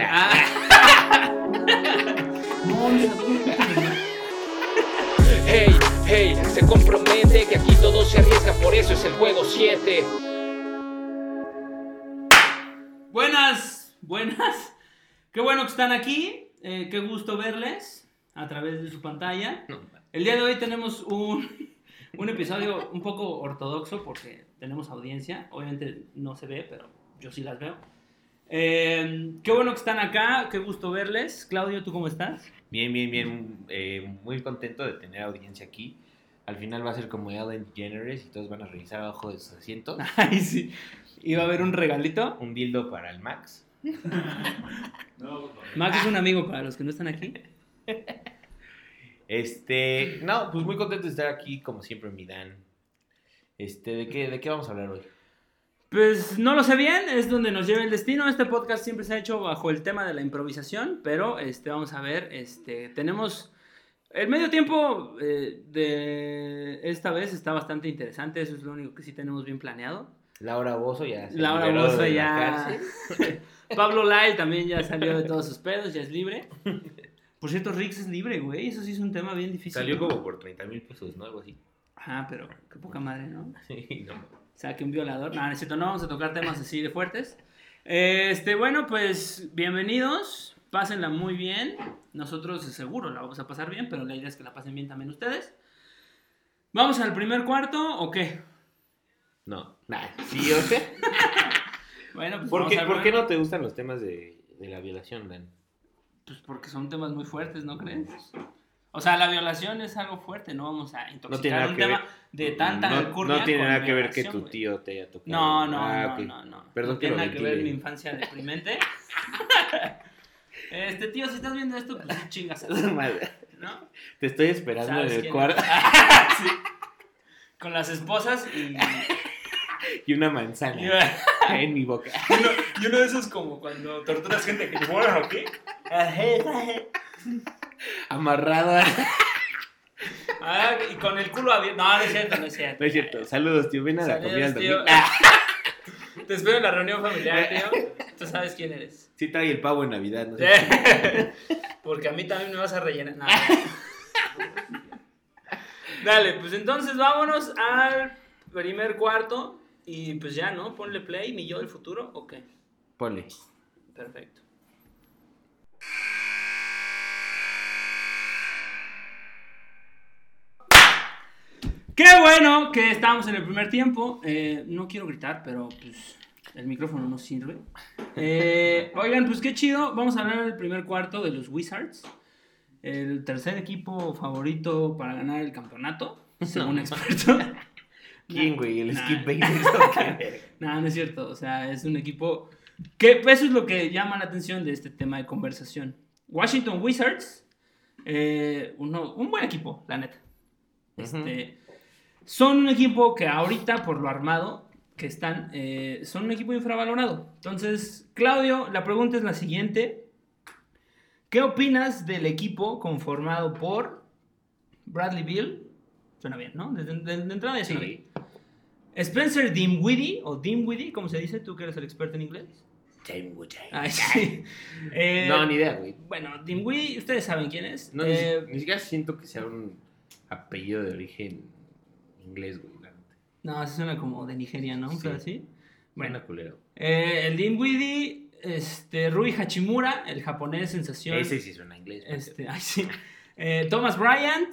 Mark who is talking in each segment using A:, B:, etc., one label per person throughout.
A: Ah,
B: Eso es el juego 7.
A: Buenas, buenas. Qué bueno que están aquí. eh, qué gusto verles a través de su pantalla. El día de hoy tenemos un, un episodio un poco ortodoxo porque tenemos audiencia. Obviamente no se ve, pero yo sí las veo. Eh, qué bueno que están acá. Qué gusto verles. Claudio, ¿tú cómo estás?
C: Bien, bien, bien. eh, muy contento de tener audiencia aquí. Al final va a ser como Ellen DeGeneres y todos van a revisar abajo de sus asientos.
A: Ay, sí. Iba a haber un regalito.
C: Un dildo para el Max.
A: Max es un amigo para los que no están aquí.
C: Este, no, pues muy contento de estar aquí, como siempre, mi Dan. Este, ¿de qué, de qué vamos a hablar hoy?
A: Pues no lo sé bien, es donde nos lleva el destino. Este podcast siempre se ha hecho bajo el tema de la improvisación, pero este, vamos a ver, este, tenemos... El medio tiempo eh, de esta vez está bastante interesante, eso es lo único que sí tenemos bien planeado.
C: Laura Bozo ya. se
A: Laura
C: liberó
A: Bozo
C: de la
A: ya...
C: cárcel.
A: Pablo Lyle también ya salió de todos sus pedos, ya es libre. Por cierto, Rix es libre, güey, eso sí es un tema bien difícil.
C: Salió como por 30 mil pesos, ¿no? Algo así.
A: Ah, pero qué poca madre, ¿no?
C: Sí, no.
A: O sea, que un violador. No, no es cierto, no vamos a tocar temas así de fuertes. Este, bueno, pues bienvenidos. Pásenla muy bien. Nosotros seguro la vamos a pasar bien, pero la idea es que la pasen bien también ustedes. ¿Vamos al primer cuarto o qué?
C: No. Nah, sí, o sea.
A: Bueno, pues
C: ¿Por
A: vamos
C: qué,
A: al
C: por qué
A: primer-
C: no te gustan los temas de, de la violación, Dan?
A: Pues porque son temas muy fuertes, ¿no crees? O sea, la violación es algo fuerte, no vamos a intoxicar
C: tiene nada
A: un
C: que
A: tema
C: ver-
A: de tanta
C: no,
A: alcurnia
C: no tiene
A: con
C: nada que ver que
A: violación,
C: tu
A: güey.
C: tío te haya tocado.
A: No, no,
C: Ah,
A: no,
C: ok.
A: no, no.
C: Perdón
A: No
C: que
A: tiene
C: lo
A: nada que ver mi
C: ventile.
A: infancia deprimente. Este tío, si estás viendo esto, pues sí, chingas.
C: Madre,
A: ¿No?
C: Te estoy esperando en
A: ¿Sabes
C: el
A: quién?
C: cuarto
A: Sí. Con las esposas y,
C: y una
A: y,
C: manzana
A: uno,
C: en mi boca.
A: y uno de esos como cuando torturas gente que te muera, ¿o qué?
C: Amarrada.
A: Ah, y con el culo abierto. No, no es cierto, no es cierto.
C: No es cierto. Saludos, tío. Ven a la
A: Saludos,
C: comida al
A: tío.
C: domingo. Ah,
A: Te espero en la reunión familiar, tío. Tú sabes quién eres.
C: sí trae el pavo en Navidad. No sé.
A: Porque a mí también me vas a rellenar. No. Dale, pues entonces vámonos al primer cuarto. Y pues ya, ¿no? Ponle play, mi yo del futuro. Ok,
C: Ponle.
A: perfecto. Qué bueno que estamos en el primer tiempo. Eh, no quiero gritar, pero pues el micrófono no sirve. Eh, oigan, pues qué chido. Vamos a hablar del primer cuarto de los Wizards. El tercer equipo favorito para ganar el campeonato, según experto.
C: ¿Quién, güey? El
A: Nah.
C: Skip Bayless. ¿o qué?
A: No, no es cierto. O sea, es un equipo que pues, eso es lo que llama la atención de este tema de conversación. Washington Wizards, eh, uno- un buen equipo, la neta. Este, Son un equipo que ahorita, por lo armado que están, eh, son un equipo infravalorado. Entonces, Claudio, la pregunta es la siguiente. ¿Qué opinas del equipo conformado por Bradley Bill? Suena bien, ¿no? De, de- de entrada ya suena bien.
C: Sí.
A: Spencer Dimwiddy, o Dimwiddy, como se dice, tú que eres el experto en inglés.
C: Time would die.
A: Ay, sí. Eh,
C: No, ni idea, güey.
A: Bueno, Dimwiddy, ustedes saben quién es.
C: No, ni,
A: Eh,
C: si- ni siquiera siento que sea un apellido de origen inglés, güey. la neta.
A: no, se suena como de Nigeria, ¿no?
C: Sí.
A: Pero sí. Bueno,
C: Suena culero.
A: eh, el Dimwiddy, este, Rui Hachimura, el japonés sensación.
C: Ese sí suena inglés.
A: Este, ay, sí. Eh, Thomas Bryant,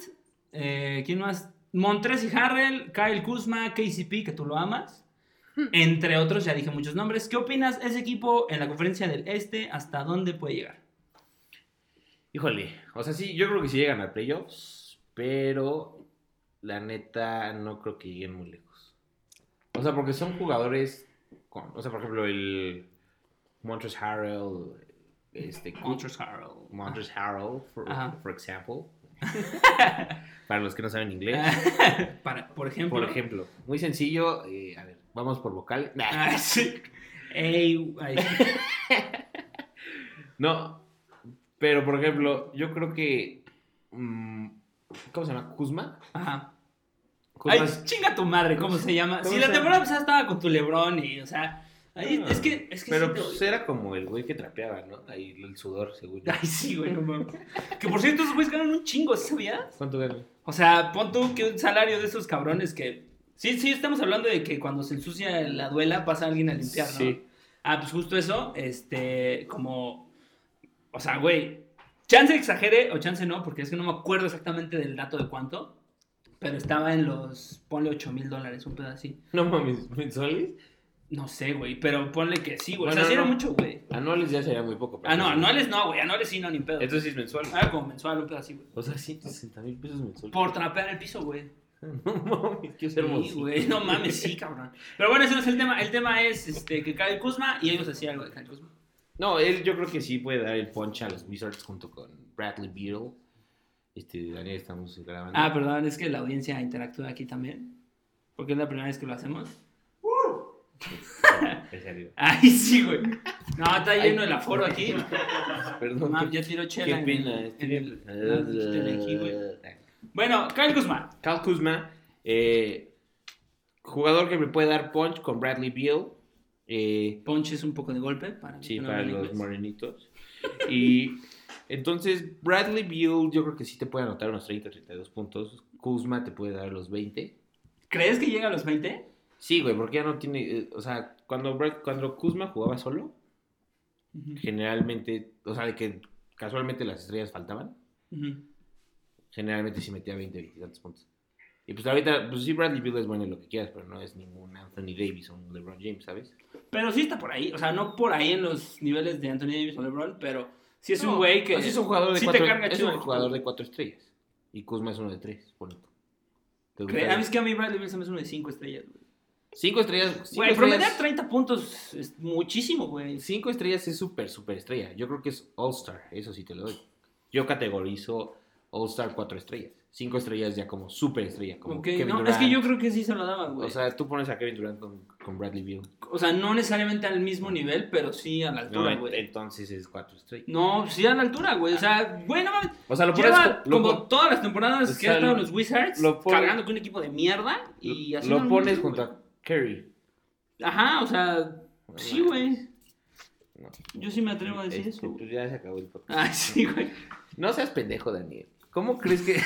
A: eh, ¿quién más? Montres y Harrell, Kyle Kuzma, KCP, que tú lo amas. Entre otros, ya dije muchos nombres. ¿Qué opinas? ¿Ese equipo en la conferencia del Este hasta dónde puede llegar?
C: Híjole, o sea, sí, yo creo que sí llegan a playoffs, pero la neta no creo que lleguen muy lejos. O sea, porque son jugadores con, o sea, por ejemplo, el Montrezl Harrell, este
A: Montres Harrell.
C: Montrezl Harrell, for,
A: Ajá.
C: for example. Para los que no saben inglés,
A: Para, por ejemplo.
C: por ejemplo, muy sencillo, eh, a ver, vamos por vocal.
A: Ah, sí. Ey, ay,
C: No, pero por ejemplo, yo creo que mm, ¿cómo se llama? Kuzma.
A: ajá.
C: Kuzma
A: Ay,
C: es-
A: chinga tu madre, ¿cómo se llama?
C: ¿Cómo
A: Si la
C: se
A: temporada pasada estaba con tu Lebrón y, o sea, ahí,
C: Ah,
A: es que, es que sí
C: Pero
A: te
C: pues era como el güey que trapeaba, ¿no? Ahí el sudor, seguro.
A: Ay, sí, güey, no mames. Que por cierto, esos güeyes ganan un chingo, ¿sí ¿sabías?
C: ¿Cuánto gana?
A: O sea, pon tú que un salario de esos cabrones que Sí, sí, estamos hablando de que cuando se ensucia la duela pasa alguien a limpiar, ¿no?
C: Sí.
A: Ah, pues justo eso, este, como, o sea, güey, chance exagere o chance no, porque es que no me acuerdo exactamente del dato de cuánto, pero estaba en los, ponle 8 mil dólares, un pedo así.
C: No mames, ¿mil soles?
A: No sé, güey, pero ponle que sí, güey. o
C: Bueno,
A: sea, sí era
C: no.
A: mucho, güey.
C: Anuales ya sería muy poco. pero-
A: Ah, no, anuales no, güey, anuales sí, no, ni pedo.
C: Entonces sí es mensual.
A: Ah, como mensual, un pedo así, güey.
C: O sea, 160 mil pesos mensual.
A: Por trapear el piso, güey.
C: No mames, qué
A: Sí,
C: hermoso.
A: güey, no mames, sí, cabrón. Pero bueno, ese no es el tema. El tema es este, que cae Kuzma y ellos hacían algo de Kyle Kuzma.
C: No, él yo creo que sí puede dar el punch a los Wizards junto con Bradley Beal. Este, Daniel, estamos grabando.
A: Ah, perdón, es que la audiencia interactúa aquí también. Porque es la primera vez que lo hacemos.
C: En serio.
A: Ay, sí, güey. No, está
C: Ay.
A: lleno el aforo aquí. No
C: Perdón.
A: mames, ya tiró
C: qué,
A: chela.
C: qué
A: en
C: pena. este. Ah,
A: el-
C: estoy-
A: en el- no, chela aquí, güey. Bueno, Kyle Kuzma.
C: Kyle Kuzma, eh, jugador que me puede dar punch con Bradley Beal. Eh,
A: Ponches un poco de golpe para,
C: sí,
A: que no
C: para
A: hablen
C: los
A: inglés.
C: morenitos. Y entonces, Bradley Beal, yo creo que sí te puede anotar unos 30, 32 puntos. Kuzma te puede dar los 20.
A: ¿Crees que llega a los 20?
C: Sí, güey, porque ya no tiene. eh, o sea, cuando, Brad- cuando Kuzma jugaba solo, generalmente. O sea, de que casualmente las estrellas faltaban,
A: Ujú.
C: generalmente sí metía 20, 20 y tantos puntos. Y pues ahorita, pues sí, Bradley Beal es bueno en lo que quieras, pero no es ningún Anthony Davis o un LeBron James, ¿sabes?
A: Pero sí está por ahí. O sea, no por ahí en los niveles de Anthony Davis o LeBron, pero sí es
C: No,
A: un güey que.
C: o sea, Pues es un jugador de
A: sí te
C: cuatro,
A: carga
C: es
A: chido
C: un
A: el
C: jugador
A: equipo.
C: de cuatro estrellas. Y Kuzma es uno de tres, bonito. ¿Te
A: Cre-
C: gustaría?
A: A mí es que a mí Bradley Beal se me hace uno de 5 estrellas, güey.
C: Cinco estrellas. Cinco
A: Güey, promediar
C: estrellas,
A: 30 puntos es muchísimo, güey.
C: cinco estrellas es súper, súper estrella. Yo creo que es All-Star, eso sí te lo doy. Yo categorizo All-Star cuatro estrellas. Cinco estrellas ya como súper estrella, como
A: Ok,
C: Kevin
A: no, es
C: Durant.
A: que yo creo que sí se lo daban, güey.
C: O sea, tú pones a Kevin Durant con, con Bradley Beal.
A: no necesariamente al mismo nivel, pero sí a la altura,
C: No, eh,
A: güey.
C: entonces es cuatro estrellas.
A: No, sí a la altura, güey. O sea, güey, no mames.
C: O sea, lo pones
A: Lleva
C: co- lo
A: como
C: co-
A: todas las temporadas
C: o
A: que
C: sea,
A: han estado
C: lo-
A: los Wizards
C: lo pone-
A: cargando con un equipo de mierda y así.
C: lo pones junto a Curry.
A: Ajá, o sea, sí,
C: pues.
A: güey.
C: No.
A: Yo sí me atrevo a decir
C: Este,
A: eso, güey.
C: Pues ya se acabó el podcast.
A: Ay, sí, güey.
C: No seas pendejo, Daniel. ¿Cómo crees que.?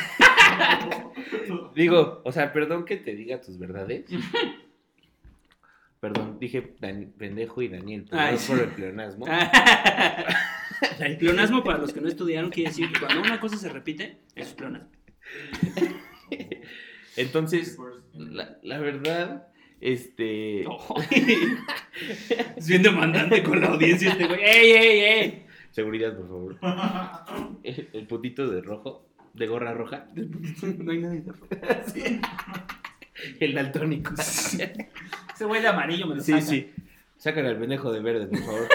C: Digo, o sea, perdón que te diga tus verdades. Perdón, dije Dan- pendejo y Daniel, pero
A: Ay,
C: no
A: sí. Ah.
C: por el pleonasmo.
A: Pleonasmo para los que no estudiaron quiere decir que cuando una cosa se repite, es pleonasmo.
C: Entonces, la, la verdad, este.
A: es bien demandante con la audiencia este güey. ¡Ey, ey, ey!
C: Seguridad, por favor. El, el putito de rojo, de gorra roja,
A: No hay nadie. de-
C: el daltónico.
A: Ese güey de amarillo me lo
C: Sí,
A: saca.
C: sí. Sácale al pendejo de verde, por favor.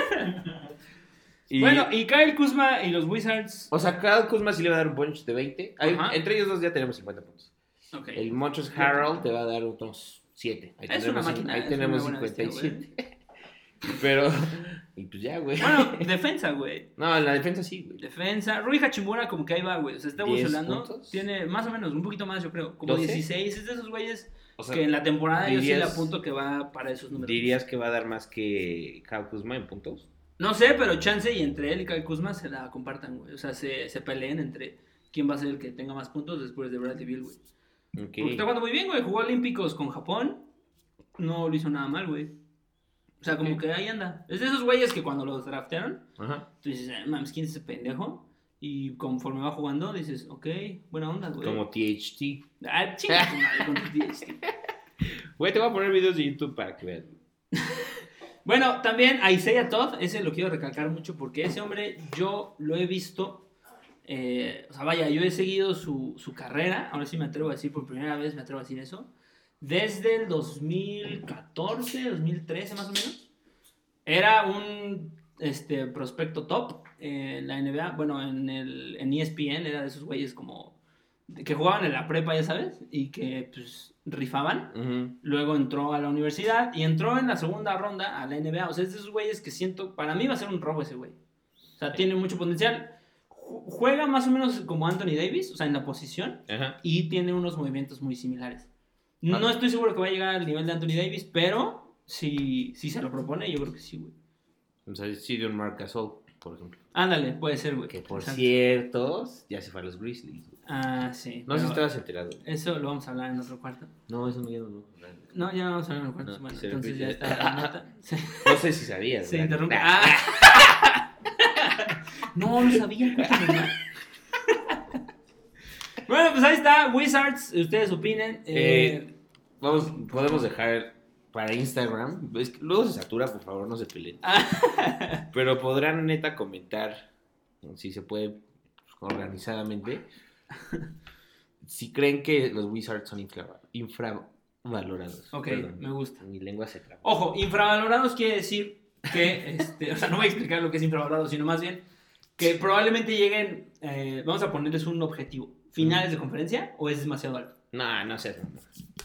C: Y-
A: Bueno, y Kyle Kuzma y los Wizards.
C: O sea, cada Kuzma sí le va a dar un punch de 20. Ahí-
A: Ajá.
C: entre ellos dos ya tenemos 50 puntos.
A: Ok.
C: El Montres Harold te va a dar unos 7. Ahí
A: Es una
C: tenemos,
A: máquina.
C: ahí
A: es
C: tenemos
A: una buena
C: 57.
A: bestia,
C: pero. Y pues ya, güey.
A: güey. Bueno, defensa, güey.
C: No, en la defensa sí, güey.
A: Defensa. Rui Hachimura, como que ahí va, güey. O sea, estamos
C: 10
A: hablando.
C: puntos.
A: Tiene más o menos, un poquito más, yo creo. Como
C: 12.
A: 16. Es de esos güeyes
C: O sea,
A: que en la temporada yo sí le
C: dirías-
A: apunto que va para esos números.
C: ¿Dirías que va a dar más que Kyle Kuzma en puntos?
A: No sé, pero chance y entre él y Kyle Kuzma se la compartan, güey. O sea, se, se peleen entre quién va a ser el que tenga más puntos después de Bradley Bill, güey.
C: Ok.
A: Porque está jugando muy bien, güey. Jugó Olímpicos con Japón. No lo hizo nada mal, güey. O sea, como
C: Ok.
A: que ahí anda. Es de esos güeyes que cuando los draftearon,
C: Ajá.
A: tú dices, "Ah, mames, ¿quién es ese pendejo? Y conforme va jugando, dices, ok, buena onda, güey.
C: Como THT.
A: Ah, chinga tu madre con tu TST.
C: Güey, te voy a poner videos de YouTube para que veas.
A: Bueno, también a Isaiah Todd, ese lo quiero recalcar mucho porque ese hombre yo lo he visto. eh, o sea, vaya, yo he seguido su, su carrera. Ahora sí me atrevo a decir, por primera vez me atrevo a decir eso. Desde el 2014, 2013 más o menos. Era un este, prospecto top en la NBA. Bueno, en, el, en E ESPN era de esos güeyes como. que jugaban en la prepa, ya sabes. Y que pues rifaban.
C: Ujú.
A: Luego entró a la universidad y entró en la segunda ronda a la NBA. O sea, es de esos güeyes que siento, para mí va a ser un robo ese güey. O sea, tiene mucho potencial. Ju- Juega más o menos como Anthony Davis, o sea, en la posición,
C: Ajá.
A: y tiene unos movimientos muy
C: Ah.
A: similares. No estoy seguro que va a llegar al nivel de Anthony Davis, pero si, si se lo propone, yo creo que sí, güey.
C: O sea, sí, de un Marc Gasol. por ejemplo.
A: Ándale, puede ser, güey.
C: Que por
A: Exacto.
C: cierto, ya se fue a los Grizzlies. güey.
A: Ah, sí.
C: No sé si
A: pero
C: estabas enterado. güey.
A: Eso lo vamos a hablar en otro cuarto.
C: No, eso no ya no. no.
A: No, ya no vamos a hablar en otro cuarto.
C: No,
A: bueno,
C: se
A: entonces ya
C: repite.
A: está la nota. Se,
C: No sé si sabías.
A: se
C: güey.
A: interrumpe.
C: Nah.
A: Ah. No, lo sabía. cuéntame, ¿no? Bueno, pues ahí está, Wizards, ustedes opinen. eh,
C: Vamos, podemos dejar para Instagram. Es que luego se satura, por favor, no se peleen.
A: Ah.
C: Pero podrán neta comentar, si se puede, organizadamente, si creen que los Wizards son infra- infravalorados.
A: Ok, me gusta.
C: Mi lengua se traba.
A: Ojo, infravalorados quiere decir que, este, o sea, no voy a explicar lo que es infravalorado, sino más bien que probablemente lleguen, eh, vamos a ponerles un objetivo, finales de conferencia o es demasiado alto.
C: No, no sé.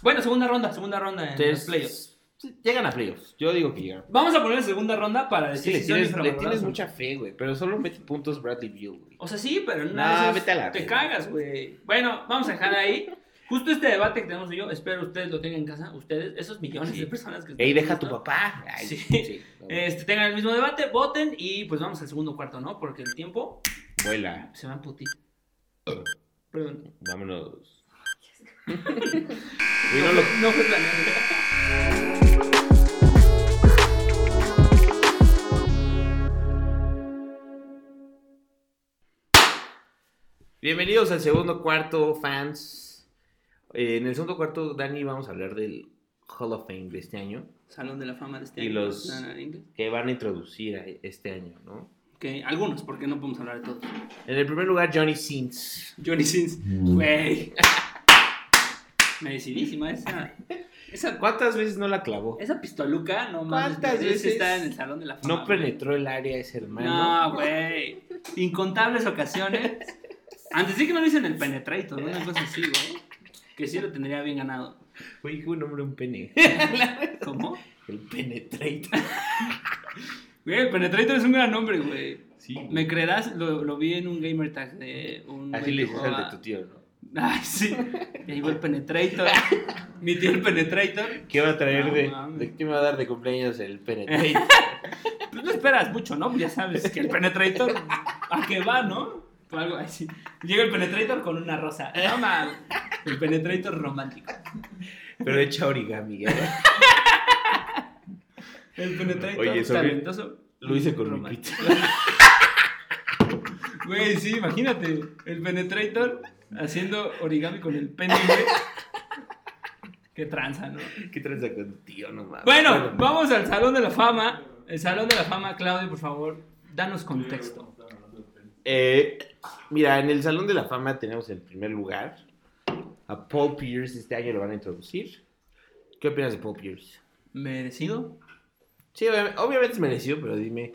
A: Bueno, segunda ronda, segunda ronda en los playoffs.
C: Entonces, llegan a playoffs. Yo digo que llegan.
A: Vamos a poner segunda ronda para
C: Sí,
A: decir
C: le
A: si son
C: tienes, le
A: infravalorados
C: tienes
A: o no.
C: mucha fe, güey. Pero solo mete puntos Bradley Beal, güey.
A: O sea, sí, pero no,
C: Nah, vete a la
A: te
C: verga.
A: cagas, güey. Bueno, vamos a dejar ahí. Justo este debate que tenemos yo, espero ustedes lo tengan en casa, ustedes, esos millones
C: Sí.
A: de personas que están
C: Ey, deja a tu
A: viendo,
C: papá. Ay,
A: Sí.
C: no, güey.
A: Este, tengan el mismo debate, voten y pues vamos al segundo cuarto, ¿no? Porque el tiempo
C: Vuela.
A: se va a putir. Perdón.
C: Vámonos. Güey, no lo-
A: No fue planeado.
C: Bienvenidos al segundo cuarto, fans. Eh, en el segundo cuarto, Dani, vamos a hablar del Hall of Fame de este año,
A: Salón de la fama de este
C: Y
A: año.
C: los-
A: no, no, en inglés.
C: que van a introducir a- este año, ¿no?
A: Ok, algunos, porque no podemos hablar de todos.
C: En el primer lugar, Johnny Sins.
A: Johnny Sins.
C: Mm.
A: Güey. Merecidísima esa. Esa,
C: ¿Cuántas veces no la clavó?
A: esa pistoluca, no mames.
C: ¿Cuántas
A: merece
C: veces
A: estar en el salón de la fama?
C: No
A: güey.
C: penetró el área ese hermano.
A: No, güey. Incontables ocasiones. Antes sí que no lo dicen el penetrator, ¿no? una cosa así, güey. Que sí lo tendría bien ganado.
C: Güey, qué buen hombre, un pene.
A: ¿Cómo?
C: El penetrator.
A: Güey, el penetrator es un gran nombre, güey.
C: Sí.
A: Me creerás, lo, lo vi en un gamer tag de un.
C: Así
A: güey
C: le
A: que
C: dices al
A: jugaba-
C: de tu tío, ¿no?
A: Ay, sí. Ya llegó el Penetrator. Mi tío el Penetrator.
C: ¿Qué va a traer
A: No
C: de,
A: mames.
C: de qué me va a dar de cumpleaños el penetrator?
A: Pues no esperas mucho, ¿no? Ya sabes que el Penetrator a qué va, ¿no? O algo así. Llega el Penetrator con una rosa. No mames. El Penetrator romántico.
C: Pero hecha origami, ¿eh?
A: El Penetrator
C: Oye, sobre-
A: talentoso.
C: Lo hice con mi
A: romántico. Güey, sí, imagínate. El Penetrator haciendo origami con el pene, güey. Qué tranza, ¿no?
C: ¿Qué tranza con tu tío, no mames?
A: Bueno, vamos al Salón de la Fama. El Salón de la Fama, Claudio, por favor, danos contexto.
C: Eh, mira, en el Salón de la Fama tenemos en primer lugar a Paul Pierce. Este año lo van a introducir. ¿Qué opinas de Paul Pierce?
A: ¿Merecido?
C: Sí, obvia- obviamente es merecido, pero dime,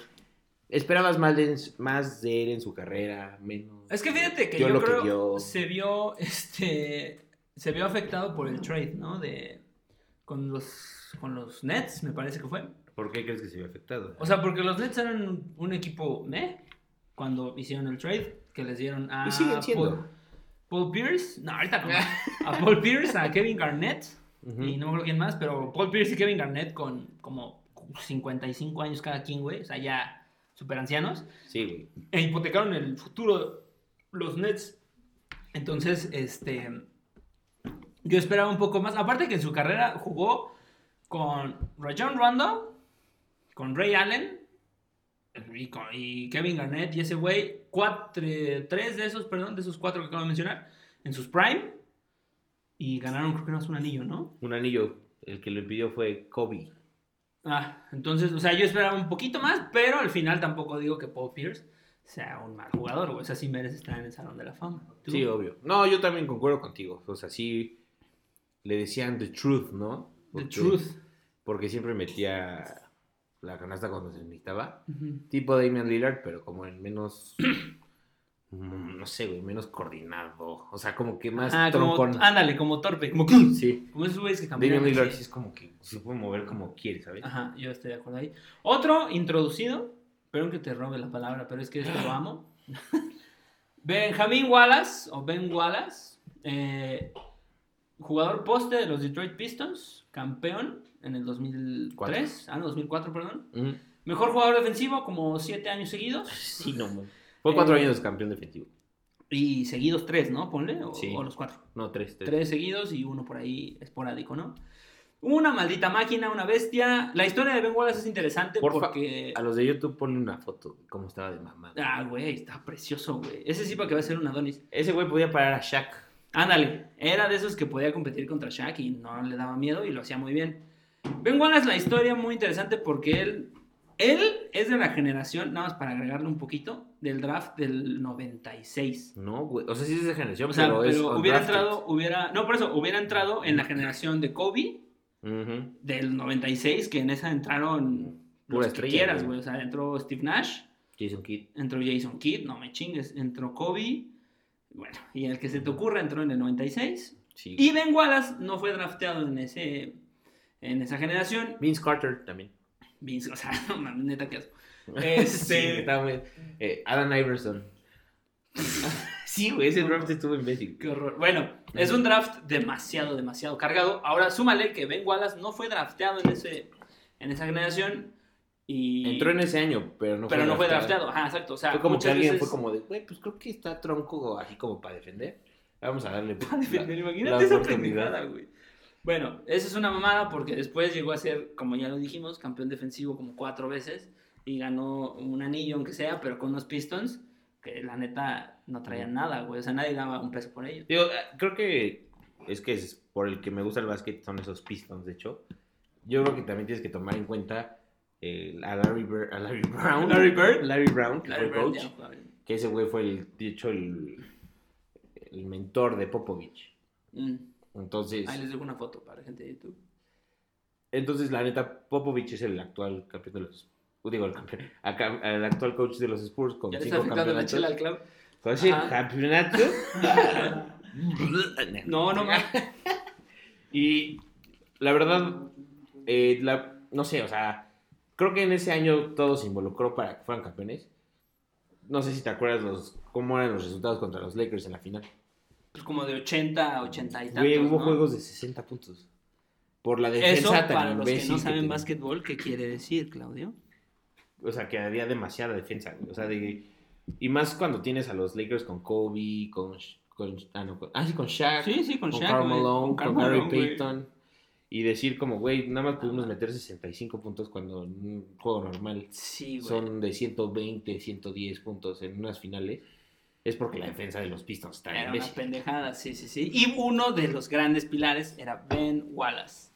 C: ¿esperabas más de, más de él en su carrera? Menos.
A: Es que fíjate que
C: Dio
A: yo,
C: lo que
A: creo
C: dio.
A: se vio, este, se vio afectado por el trade, ¿no? De con los con los Nets, me parece que fue.
C: ¿Por qué crees que se vio afectado?
A: O sea, porque los Nets eran un- un equipo, ¿eh? Cuando hicieron el trade, que les dieron a
C: y siguen
A: Paul,
C: siendo.
A: Paul Pierce, no, ahorita como- a Paul Pierce, a Kevin Garnett.
C: Ujú.
A: Y no me acuerdo quién más, pero Paul Pierce y Kevin Garnett con como 55 años cada quien, güey. O sea, ya súper ancianos.
C: Sí, güey.
A: E hipotecaron el futuro los Nets. Entonces, este. Yo esperaba un poco más. Aparte que en su carrera jugó con Rajon Rondo, con Ray Allen y, con- y Kevin Garnett y ese güey. Cuatro, tres de esos, perdón, de esos cuatro que acabo de mencionar, en sus prime. Y ganaron, creo que no es un anillo, ¿no?
C: Un anillo, el que lo impidió fue Kobe.
A: Ah, entonces, o sea, yo esperaba un poquito más, pero al final tampoco digo que Paul Pierce sea un mal jugador, güey. O sea, sí merece estar en el Salón de la Fama. ¿Tú?
C: Sí, obvio. No, yo también concuerdo contigo. O sea, sí le decían the truth, ¿no?
A: The
C: Porque-
A: Truth.
C: Porque siempre metía la canasta cuando se necesitaba.
A: Ujú.
C: Tipo Damian Lillard, pero como en menos. mm, no sé, güey, menos coordinado. O sea, como que más
A: Ah, como,
C: troncón.
A: ándale, como torpe. Como,
C: Sí.
A: como esos güeyes que
C: Damian
A: caminan.
C: Lillard sí
A: así.
C: es Ah, como que se puede mover como quiere, ¿sabes?
A: Ajá, yo estoy de acuerdo ahí. Otro introducido, perdón que te robe la palabra, pero es que esto lo amo. Benjamín Wallace, o Ben Wallace, eh, jugador poste de los Detroit Pistons, campeón en el 2003, ah, no, 2004, perdón.
C: Mm.
A: Mejor jugador defensivo, como siete años seguidos.
C: Sí, no, man. Fue cuatro
A: Eh,
C: años campeón defensivo.
A: Y seguidos tres, ¿no? Ponle, o,
C: Sí.
A: o los cuatro.
C: No, tres, tres.
A: Tres seguidos y uno por ahí esporádico, ¿no? Una maldita máquina, una bestia. La historia de Ben Wallace es interesante
C: Porfa,
A: porque...
C: A los de YouTube ponle una foto de cómo estaba de mamá.
A: Ah, güey, está precioso, güey. Ese sí para que va a ser un Adonis.
C: Ese güey podía parar a Shaq.
A: Ándale, era de esos que podía competir contra Shaq y no le daba miedo y lo hacía muy bien. Ben Wallace, la historia muy interesante porque él, él es de la generación, nada más para agregarle un poquito, del draft del 96.
C: No, güey. O sea, sí es de generación,
A: O sea,
C: pero,
A: pero,
C: es
A: hubiera
C: undrafted.
A: entrado, hubiera, no por eso, hubiera entrado en la generación de Kobe
C: Ujú.
A: del 96, que en esa entraron
C: Pura
A: los que
C: estrella,
A: quieras,
C: güey.
A: güey. O sea, entró Steve Nash,
C: Jason Kidd.
A: entró Jason Kidd, no me chingues, entró Kobe, bueno, y el que se te ocurra entró en el 96.
C: Sí.
A: Y Ben Wallace no fue drafteado en ese en esa generación.
C: Vince Carter también.
A: Vince, o sea, no mames, neta que asco.
C: Sí,
A: Este,
C: está muy- eh, Adam Iverson. sí, güey, ese draft estuvo imbécil.
A: qué horror. Bueno, es un draft demasiado, demasiado cargado. Ahora súmale que Ben Wallace no fue drafteado en ese en esa generación y
C: Entró en ese año, pero no
A: pero
C: fue
A: no fue drafteado. Ajá, exacto. O sea,
C: Fue como que
A: muchas
C: alguien
A: veces-
C: fue como de, güey, pues creo que está tronco así como para defender. Vamos a darle.
A: Para defender,
C: la
A: imagínate esa
C: oportunidad.
A: pendejada, güey. Bueno, esa es una mamada porque después llegó a ser, como ya lo dijimos, campeón defensivo como cuatro veces y ganó un anillo, aunque sea, pero con unos Pistons que la neta no traían nada, güey. O sea, nadie daba un peso por ellos.
C: Digo, eh, creo que es que es por el que me gusta el básquet son esos Pistons, de hecho. Yo creo que también tienes que tomar en cuenta eh, a, Larry Bir- a Larry Brown.
A: Larry Bird.
C: Larry Brown, que
A: Larry
C: fue
A: Bird
C: coach.
A: ya no jugaba bien.
C: Que ese güey fue, el, de hecho, el, el mentor de Popovich.
A: Mm.
C: Entonces,
A: Ahí les dejo una foto para la gente de YouTube.
C: entonces la neta, Popovich es el actual campeón de los... Digo, el, campeón, acá- el actual coach de los Spurs con
A: ¿Ya le
C: cinco
A: está afectando la
C: campeonatos.
A: chela al club?
C: Con cinco
A: Ajá.
C: campeonatos.
A: No, no, ma-
C: Y la verdad, eh, la- no sé, o sea, creo que en ese año todo se involucró para que fueran campeones. No sé si te acuerdas los, cómo eran los resultados contra los Lakers en la final.
A: pues como de 80, 80 y tantos,
C: Güey, hubo
A: ¿no?
C: juegos de 60 puntos. Por la defensa
A: Eso,
C: tan
A: para los que
C: imbécil
A: no saben
C: tenían.
A: básquetbol, ¿qué quiere decir, Claudio?
C: O sea, que había demasiada defensa. güey. O sea, de, y más cuando tienes a los Lakers con Kobe, con... Sh- con ah, no, con- ah, sí, con Shaq.
A: Sí, sí, con
C: con
A: Shaq,
C: Karl
A: güey,
C: Malone, con,
A: Karl
C: Gary
A: Malone, güey.
C: Payton. Y decir como, güey, nada más pudimos meter 65 puntos cuando en un juego normal
A: Sí, güey.
C: son de 120, 110 puntos en unas finales. Es porque la defensa de los Pistons está
A: Era
C: bien
A: una
C: imbécil.
A: pendejada, sí, sí, sí. Y uno de los grandes pilares era Ben Wallace.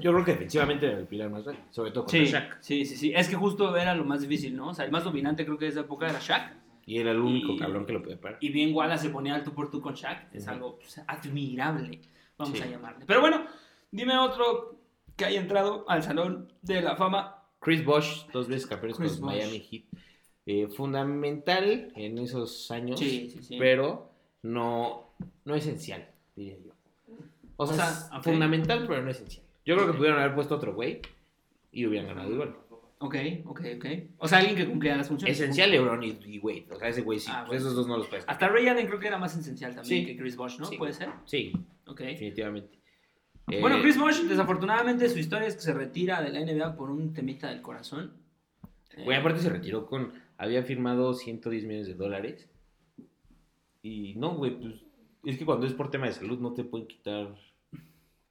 C: Yo creo que defensivamente era el pilar más grande, sobre todo contra Shaq.
A: sí, sí, sí. Es que justo era lo más difícil, ¿no? O sea, el más dominante creo que de esa época era Shaq.
C: Y era el único
A: Y-
C: cabrón que lo podía parar.
A: Y bien Wallace se ponía al tú por tú con Shaq. Es
C: Ujú.
A: algo pues, admirable, vamos
C: Sí.
A: a llamarle. Pero bueno, dime otro que haya entrado al Salón de la Fama.
C: Chris Bosh, dos veces campeón con
A: Chris Bosh.
C: Miami Heat. Eh, fundamental en esos años,
A: Sí, sí, sí.
C: pero no, no esencial, diría yo. O sea,
A: O sea,
C: es
A: ok.
C: fundamental, pero no esencial. Yo creo que
A: Ok.
C: pudieron haber puesto otro güey y hubieran ganado igual.
A: Ok, ok, ok. O sea, alguien que cumplía las funciones.
C: Esencial LeBron y, y Wade. O sea, ese güey sí.
A: Ah, bueno.
C: pues Esos dos no los puedes.
A: Hasta Ray Allen creo que era más esencial también
C: Sí.
A: que Chris Bosh, ¿no?
C: Sí.
A: Puede ser.
C: Sí,
A: Ok.
C: definitivamente.
A: Ah, Bueno,
C: Eh,
A: Chris Bosh, desafortunadamente su historia es que se retira de la NBA por un temita del corazón. Eh,
C: Güey, aparte se retiró con. Había firmado 110 millones de dólares. Y no, güey, pues. Es que cuando es por tema de salud no te pueden quitar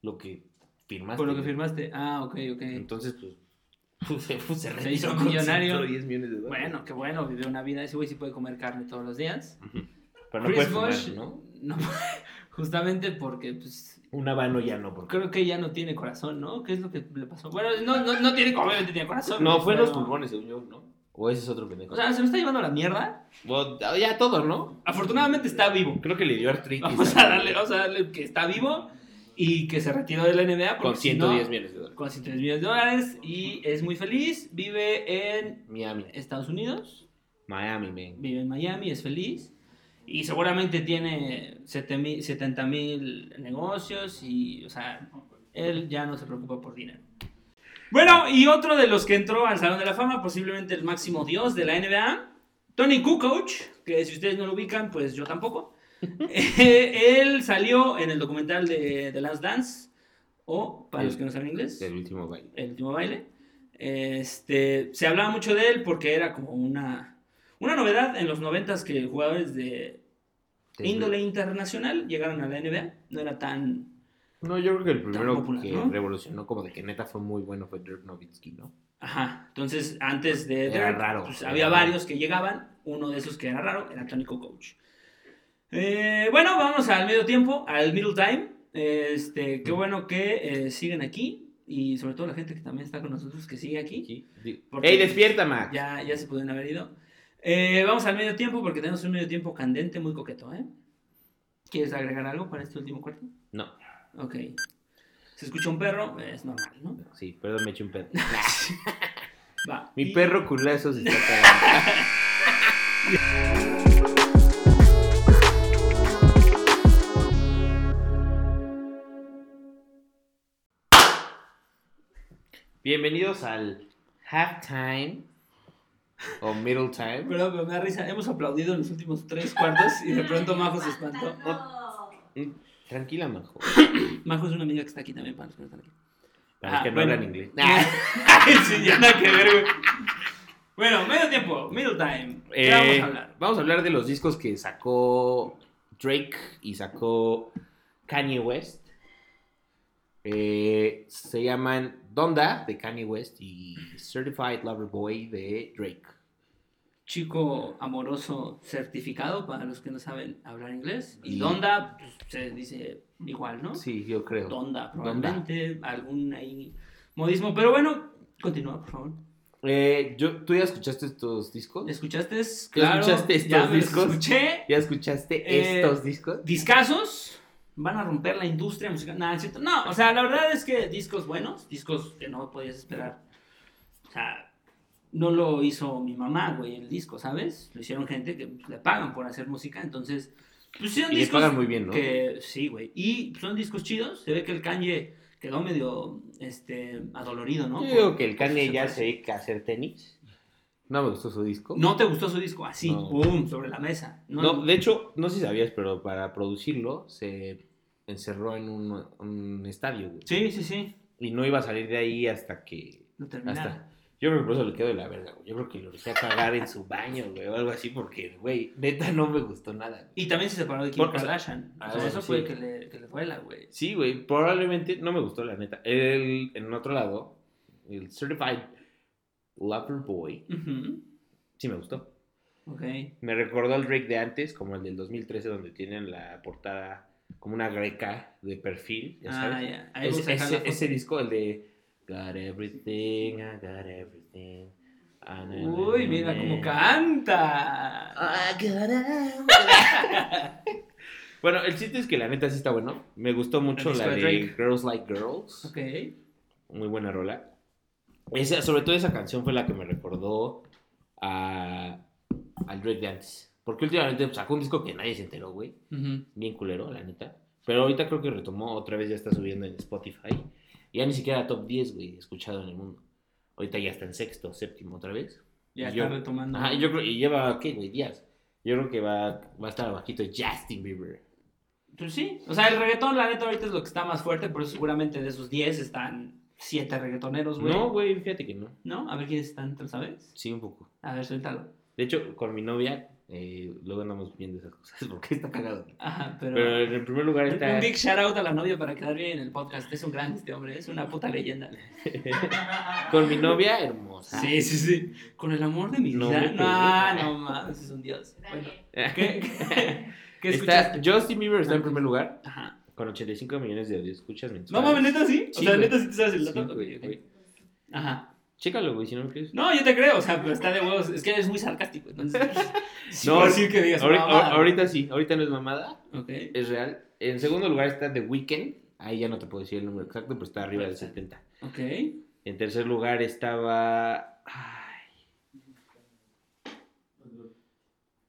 C: lo que firmaste.
A: Por lo que
C: güey.
A: firmaste. Ah, ok, ok.
C: Entonces, pues. pues, se, pues, se
A: Se
C: retiró
A: hizo
C: con
A: millonario.
C: 110 millones de dólares.
A: Bueno, qué bueno, vivió una vida. Ese güey sí puede comer carne todos los días.
C: Pero no
A: Chris
C: puedes fumar,
A: Bosh,
C: ¿no?
A: no, justamente porque pues,
C: Un habano ya no, porque.
A: creo que ya no tiene corazón, ¿no? ¿Qué es lo que le pasó? Bueno, no, no, no tiene, obviamente tiene corazón.
C: No,
A: güey,
C: fue en los
A: pero-
C: pulmones, según yo, ¿no? O ese es otro pendejo.
A: O sea, se me está llevando la mierda.
C: Bueno, ya todo, ¿no?
A: Afortunadamente está vivo.
C: Creo que le dio artritis.
A: Vamos a
C: al-
A: darle, vamos a darle que está vivo y que se retiró de la NBA. porque
C: Con
A: si no-
C: 110 millones de dólares.
A: con 103 millones de dólares y es muy feliz. Vive en
C: Miami.
A: Estados Unidos,
C: Miami, man.
A: vive en Miami, es feliz. Y seguramente tiene 70 mil negocios y, o sea, él ya no se preocupa por dinero. Bueno, y otro de los que entró al Salón de la Fama, posiblemente el máximo dios de la NBA, Tony Kukoc, que si ustedes no lo ubican, pues yo tampoco. Eh, él salió en el documental de The Last Dance, o para los que no saben inglés,
C: El último baile.
A: el último baile. Este, se hablaba mucho de él porque era como una, una novedad en los noventas que jugadores de
C: Sí.
A: índole internacional llegaron a la NBA. No era tan...
C: No, yo creo que el primero
A: popular,
C: que
A: ¿no?
C: revolucionó como de que neta fue muy bueno fue Dirk Nowitzki, ¿no?
A: Ajá. Entonces, antes de...
C: Era
A: Dirk,
C: raro,
A: pues,
C: era
A: había
C: raro.
A: varios que llegaban. Uno de esos que era raro era Tony Coach. bueno, vamos al medio tiempo, al middle time. Este, qué
C: Mm.
A: bueno que eh, siguen aquí y sobre todo la gente que también está con nosotros que sigue aquí.
C: Sí. Di-
A: Porque-
C: ¡Ey, despierta, Max!
A: Ya, ya se pudieron haber ido. Eh, vamos al medio tiempo porque tenemos un medio tiempo candente, muy coqueto, ¿eh? ¿Quieres agregar algo para este último cuarto?
C: No,
A: Ok. Se escucha un perro, es normal, ¿no?
C: sí, perdón, me eché un perro.
A: Va.
C: Mi
A: Y-
C: perro culazo se está cagando. Bienvenidos al halftime o middle time.
A: Perdón, pero me da risa. Hemos aplaudido en los últimos tres cuartos y de pronto Majo se espantó.
C: Tranquila, Majo.
A: Majo es una amiga que está aquí también para los que no están aquí.
C: Para los
A: Ah,
C: que no
A: bueno.
C: hablan inglés.
A: Ay, sí, ya nada que ver, güey. Bueno, medio tiempo, middle time. ¿Qué
C: Eh,
A: vamos a hablar?
C: vamos a hablar de los discos que sacó Drake y sacó Kanye West. Eh, se llaman Donda de Kanye West y Certified Lover Boy de Drake.
A: chico amoroso certificado para los que no saben hablar inglés. Y
C: Y-
A: Donda pues, se dice igual, ¿no?
C: Sí, yo creo.
A: Donda, probablemente, algún ahí modismo. Pero bueno, continúa, por favor.
C: Eh, yo- ¿Tú ya escuchaste estos discos?
A: ¿Escuchaste? Claro,
C: escuchaste estos
A: ya me los
C: discos?
A: escuché.
C: ¿Ya escuchaste
A: Eh,
C: estos discos?
A: Discazos. Van a romper la industria musical. Nah, es cierto. No, o sea, la verdad es que discos buenos, discos que no podías esperar. O sea, no lo hizo mi mamá, güey, el disco, ¿sabes? Lo hicieron gente que pues, le pagan por hacer música, entonces. Pues sí, son
C: Y les
A: discos
C: pagan muy bien, ¿no?
A: que sí, güey. Y son discos chidos. Se ve que el Kanye quedó medio este adolorido, ¿no?
C: Yo digo
A: Por-
C: que el
A: por
C: Kanye
A: su
C: ya se
A: separación.
C: dedica a hacer tenis. No me gustó su disco.
A: No te gustó su disco así,
C: No.
A: boom, sobre la mesa. No,
C: No, de hecho, no sé si sabías, pero para producirlo se encerró en un, un estadio, güey.
A: Sí, sí, sí.
C: Y no iba a salir de ahí hasta que...
A: Lo terminaron.
C: Hasta... Yo creo que por eso le quedó de la verga, güey. Yo creo que lo dejé a cagar en su baño, güey, o algo así, porque, güey, neta no me gustó nada. güey.
A: Y también se separó de Kim
C: Porque, o sea,
A: Kardashian.
C: ah,
A: o sea,
C: bueno,
A: eso
C: sí.
A: puede que le, que le duela, güey.
C: Sí, güey, probablemente no me gustó, la neta. El, en otro lado, el Certified Lover Boy,
A: Ujú,
C: sí me gustó.
A: Ok.
C: Me recordó al Drake de antes, como el del 2013, donde tienen la portada como una greca de perfil, ya sabes.
A: Ah, ya. Ahí
C: Es-
A: vamos a dejar la
C: ese,
A: foto.
C: ese disco, el de Got Everything, I Got Everything. I know-
A: Uy, mira cómo canta.
C: I got everything. bueno, el chiste es que la neta sí está bueno. Me gustó mucho
A: El disco
C: la
A: de
C: de
A: Drake.
C: Girls Like Girls.
A: Ok.
C: Muy buena rola. Esa, sobre todo esa canción fue la que me recordó a, al Drake de antes. Porque últimamente pues, sacó un disco que nadie se enteró, güey
A: Ujú.
C: bien culero, la neta. Pero ahorita creo que retomó, otra vez ya está subiendo en Spotify. Ya ni siquiera top 10, güey, escuchado en el mundo. Ahorita ya está en sexto, séptimo otra vez.
A: Ya
C: Yo-
A: está retomando.
C: Ajá, y yo creo, y lleva, ¿qué, güey? Días. Yo creo que va, va a estar abajito Justin Bieber.
A: Pues sí. O sea, el reggaetón, la neta, ahorita es lo que está más fuerte, pero seguramente de esos 10 están 7 reggaetoneros, Pues, güey.
C: No, güey, fíjate que no.
A: ¿No? A ver quiénes están, ¿tú sabes?
C: Sí, un poco.
A: A ver, suéltalo.
C: De hecho, con mi novia, eh, luego andamos viendo esas cosas porque está cagado.
A: Ajá, pero...
C: Pero en el primer lugar
A: Un-
C: está...
A: Un big shout out a la novia para quedar bien en el podcast. Es un gran este hombre, es una puta leyenda.
C: con mi novia, hermosa.
A: Sí, sí, sí. Con el amor de mi
C: No
A: vida.
C: me
A: No,
C: pegues.
A: no mames, es un dios. Bueno, ¿qué,
C: ¿Qué,
A: qué, qué
C: está,
A: escuchaste?
C: Justin Bieber está en primer lugar.
A: Ajá.
C: Con 85 millones de escuchas
A: No
C: mensuales.
A: mames, neta sí. O
C: Sí,
A: sea,
C: güey.
A: neta sí te sabes el
C: Sí,
A: dato.
C: güey,
A: Ok,
C: güey.
A: ok. Ajá.
C: Chécalo, güey, si no me crees.
A: No, yo te creo, o sea, pero está de huevos. Es que eres muy sarcástico, entonces. sí
C: No,
A: puedo decir que digas.
C: Ahori-
A: mamada,
C: ahor- ahorita sí, ahorita no es mamada,
A: güey. Ok.
C: es real. En segundo lugar está The Weeknd. Ahí ya no te puedo decir el número exacto, pero está arriba del 70.
A: Ok.
C: En tercer lugar estaba. ay,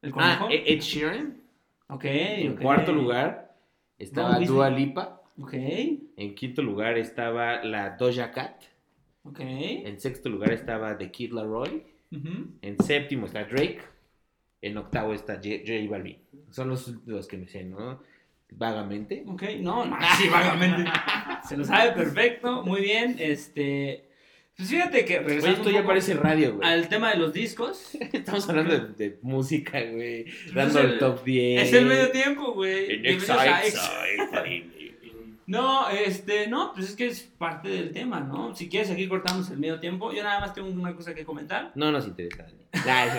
A: El conejo.
C: Ah, E- Ed Sheeran.
A: ok.
C: En
A: ok.
C: cuarto lugar estaba
A: Vamos, Disney.
C: Dua Lipa.
A: Ok.
C: En quinto lugar estaba la Doja Cat.
A: Ok.
C: En sexto lugar estaba The Kid Laroi.
A: Ujú.
C: En séptimo está Drake. En octavo está J, J Balvin. Son los, los que me sé, ¿no? Vagamente.
A: Ok, no, no, sí, vagamente. Se lo sabe perfecto, muy bien. Este. Pues fíjate que
C: Oye,
A: regresando
C: esto
A: un
C: ya
A: poco
C: parece radio, güey.
A: al tema de los discos,
C: Estamos hablando de, de música, güey.
A: Pues es
C: Dando el
A: el-
C: top 10.
A: es el medio tiempo, güey.
C: En
A: Bienvenidos
C: Exa,
A: a Exa.
C: Exa, Exa, en-
A: No, este, no, pues es que es parte del tema, ¿no? Si quieres, aquí cortamos el medio tiempo. Yo nada más tengo una cosa que comentar.
C: No nos interesa, Dani. Nah, es-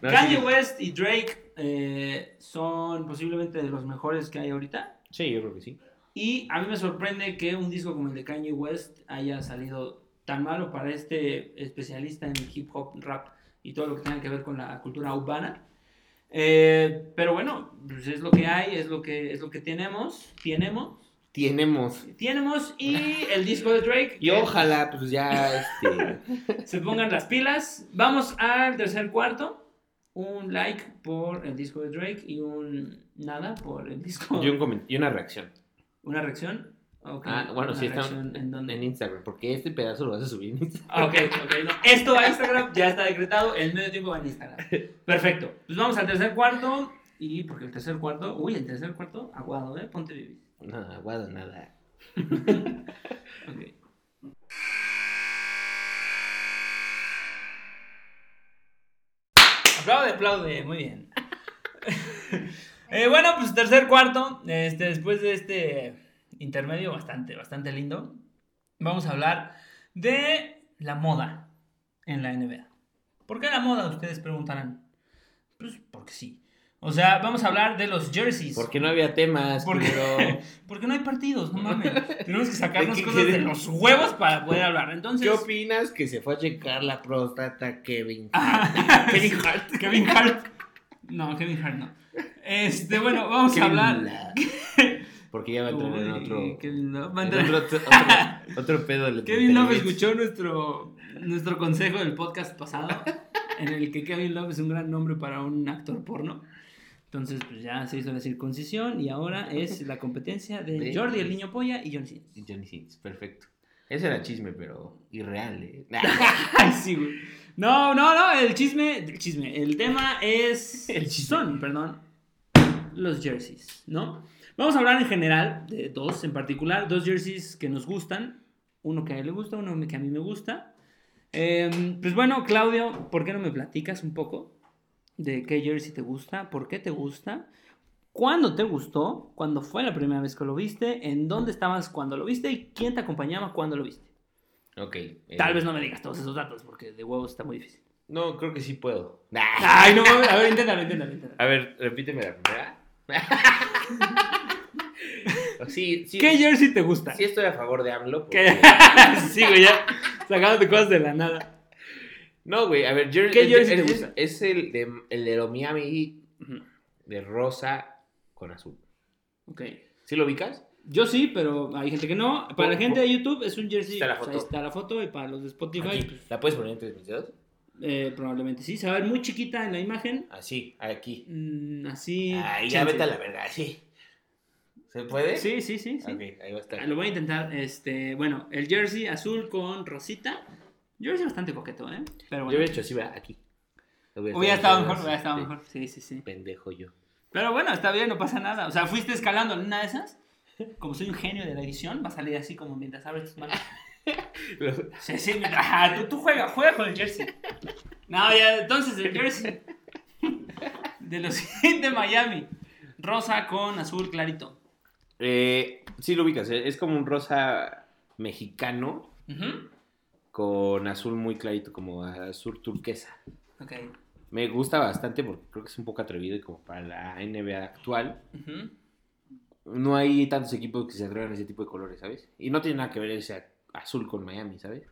C: No,
A: Kanye
C: sí.
A: West y Drake eh, son posiblemente de los mejores que hay ahorita.
C: Sí, yo creo que sí.
A: Y a mí me sorprende que un disco como el de Kanye West haya salido tan malo para este especialista en hip hop, rap y todo lo que tenga que ver con la cultura urbana. Eh, pero bueno, pues es lo que hay, es lo que, es lo que tenemos, tenemos,
C: Tenemos.
A: tenemos y el disco de Drake.
C: Y
A: que-
C: ojalá, pues ya, este.
A: se pongan las pilas. Vamos al tercer cuarto. Un like por el disco de Drake y un nada por el disco.
C: y, un comen- y una reacción.
A: Una reacción. Ok,
C: Ah, bueno,
A: una
C: sí, está
A: reacción en donde-
C: en Instagram. Porque este pedazo lo vas a subir en Instagram.
A: Ah, Ok, ok. no. Esto va a Instagram, ya está decretado. El medio tiempo va en Instagram. Perfecto. Pues vamos al tercer cuarto. Y porque el tercer cuarto. Uy, el tercer cuarto, aguado, ¿eh? Ponte bibis.
C: No, aguado, nada.
A: Ok. Aplaude, aplaude, muy bien. Eh, bueno, pues tercer cuarto, este, después de este intermedio bastante, bastante lindo, vamos a hablar de la moda en la NBA. ¿Por qué la moda? Ustedes preguntarán. Pues porque sí. O sea, vamos a hablar de los jerseys.
C: Porque no había temas,
A: Porque-
C: pero.
A: Porque no hay partidos, no mames. Tenemos que sacarnos
C: ¿De qué
A: cosas de
C: quieres?
A: los huevos para poder hablar. Entonces,
C: ¿Qué opinas que se fue a checar la próstata Kevin?
A: Ah, Kevin Hart. Kevin Hart. No, Kevin Hart no. Este, bueno, vamos
C: Kevin
A: a hablar.
C: Love. Porque ya va a entrar en
A: Uy,
C: otro.
A: Kevin Love. Va a
C: en
A: entrar-
C: otro, otro- otro pedo. del
A: Kevin Love
C: entretenimiento.
A: escuchó nuestro, nuestro consejo del podcast pasado, en el que Kevin Love es un gran nombre para un actor porno. Entonces, pues ya se hizo la circuncisión y ahora es la competencia de
C: De-
A: Jordi, el niño polla y John Cena.
C: Y Johnny Sins, perfecto. Ese era chisme, pero irreal. ¿eh?
A: Ay, sí, güey. No, no, no, el chisme, el chisme, el tema es...
C: El
A: El
C: chisme.
A: son, perdón, los jerseys, ¿no? Vamos a hablar en general de dos en particular, dos jerseys que nos gustan, uno que a él le gusta, uno que a mí me gusta. Eh, pues bueno, Claudio, ¿por qué no me platicas un poco de qué jersey te gusta, por qué te gusta, cuándo te gustó, cuándo fue la primera vez que lo viste, en dónde estabas cuando lo viste y quién te acompañaba cuando lo viste?
C: ok. eh,
A: Tal vez no me digas todos esos datos porque de huevos está muy difícil.
C: No, creo que sí puedo.
A: Ay, no mames. A ver, inténtalo, inténtalo, inténtalo.
C: A ver, repíteme la primera. sí, sí.
A: ¿Qué jersey te gusta?
C: Sí estoy a favor de AMLO.
A: ¿Qué?
C: porque-
A: sí, güey, ya sacándote cosas de la nada.
C: No, güey, a ver, Jer-
A: ¿Qué
C: el-
A: jersey
C: el-
A: te gusta?
C: Es el de, el de lo Miami Heat, de rosa con azul.
A: Ok.
C: ¿Sí lo ubicas?
A: Yo sí, pero hay gente que no. Para la gente de YouTube es un jersey.
C: Está la
A: pues, ahí
C: foto.
A: Oh, está la foto. Y para los de Spotify,
C: Aquí.
A: pues,
C: ¿La puedes poner entre mis dedos?
A: eh, probablemente sí. Se va a ver muy chiquita en la imagen.
C: Así, aquí.
A: Mm, así.
C: Ahí ya
A: chance.
C: vete a la verga, así. ¿Se puede?
A: Sí, sí, sí. sí.
C: Ok, ahí va a estar.
A: Lo voy a intentar. Este, bueno, el jersey azul con rosita. Jersey bastante coqueto, ¿eh? Pero
C: Yo
A: bueno.
C: hubiera hecho así, ¿verdad? Aquí.
A: Hubiera estado
C: así,
A: mejor, hubiera estado
C: sí.
A: mejor. Sí, sí, sí.
C: este, Pendejo yo.
A: Pero bueno, está bien, no pasa nada. O sea, fuiste escalando en una de esas. Como soy un genio de la edición, va a salir así como mientras abres tus manos. Sí, sí, mientras. Ajá, tú, tú juega, juega con el jersey. No, ya, entonces el jersey. De los Heat de Miami. Rosa con azul clarito.
C: Eh, sí lo ubicas, eh, es como un rosa mexicano
A: Ujú,
C: con azul muy clarito, como azul turquesa.
A: Ok.
C: Me gusta bastante porque creo que es un poco atrevido y como para la NBA actual.
A: ujú,
C: No hay tantos equipos que se atrevan a ese tipo de colores, ¿sabes? Y no tiene nada que ver ese azul con Miami, ¿sabes?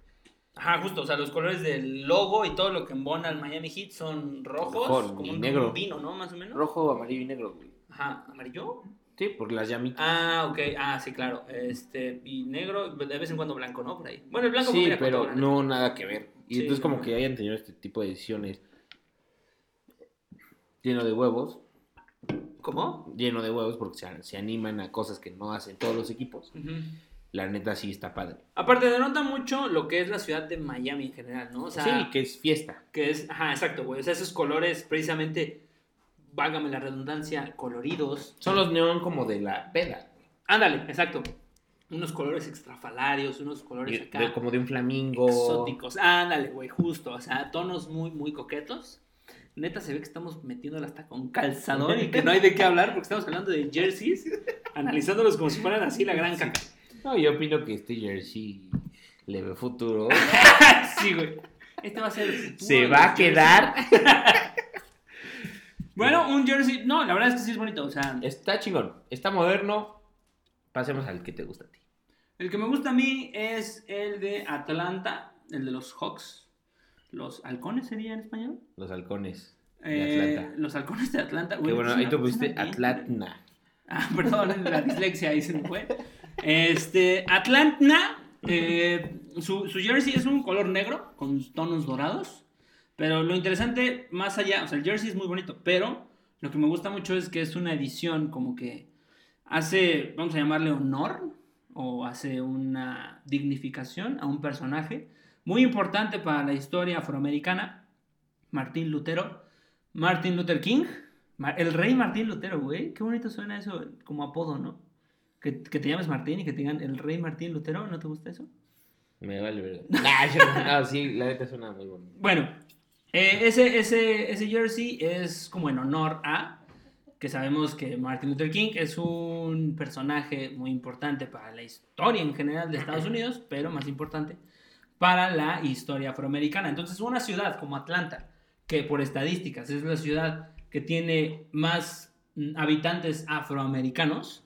A: Ajá, justo, o sea, los colores del logo y todo lo que embona al Miami Heat son rojos,
C: Rojo,
A: como
C: y
A: un
C: negro.
A: vino, ¿no? Más o menos.
C: Rojo, amarillo y negro, güey.
A: Ajá, amarillo.
C: Sí, por las llamitas.
A: Ah, ok, ah, sí, claro. Este, y negro, de vez en cuando blanco, ¿no? Por ahí. Bueno, el blanco
C: sí,
A: combina con todo,
C: pero
A: la neta.
C: no nada que ver. Y
A: Sí,
C: entonces como
A: no.
C: que hayan tenido este tipo de decisiones lleno de huevos,
A: ¿Cómo?
C: lleno de huevos porque se, se animan a cosas que no hacen todos los equipos.
A: Ujú.
C: La neta sí está padre.
A: Aparte, denota mucho lo que es la ciudad de Miami en general, ¿no? O sea,
C: sí, que es fiesta.
A: que es, ajá, exacto, güey. O sea, esos colores, precisamente, vágame la redundancia, coloridos.
C: Son los neón como de la peda.
A: Ándale, exacto. unos colores extrafalarios, unos colores
C: De-
A: acá
C: de- como de un flamingo.
A: exóticos. Ándale, güey, justo. O sea, tonos muy, muy coquetos. Neta se ve que estamos metiéndola hasta con calzador y que no hay de qué hablar porque estamos hablando de jerseys, analizándolos como si fueran así la gran
C: Sí.
A: caca.
C: No, yo opino que este jersey le ve futuro.
A: Sí, güey. Este va a ser. el futuro de
C: Se
A: los
C: va a
A: jerseys.
C: quedar.
A: Bueno, un jersey. No, la verdad es que sí es bonito. O sea,
C: Está chingón. Está moderno. Pasemos al que te gusta a ti.
A: el que me gusta a mí es el de Atlanta, el de los Hawks. Los halcones sería en español.
C: Los halcones. De
A: Eh,
C: Atlanta.
A: Los halcones de Atlanta.
C: Que
A: güey,
C: bueno,
A: es
C: ahí
A: una-
C: tú
A: es
C: pusiste
A: una bien-
C: Atlanta.
A: Ah, perdón, la dislexia ahí se me fue. Este, Atlanta, eh, su, su jersey es un color negro con tonos dorados. Pero lo interesante, más allá, o sea, el jersey es muy bonito, pero lo que me gusta mucho es que es una edición como que hace, vamos a llamarle honor, o hace una dignificación a un personaje muy importante para la historia afroamericana, Martín Lutero, Martin Luther King, Ma- el rey Martín Lutero, güey, qué bonito suena eso como apodo, ¿no? Que, que te llames Martín y que te digan el rey Martín Lutero, ¿no te gusta eso?
C: Me vale verga. Nah, yo- no, sí, la neta suena muy bonito.
A: Bueno, eh, ese, ese, ese jersey es como en honor a que sabemos que Martin Luther King es un personaje muy importante para la historia en general de Estados Unidos, pero más importante para la historia afroamericana. Entonces, una ciudad como Atlanta, que por estadísticas es la ciudad que tiene más mm, habitantes afroamericanos,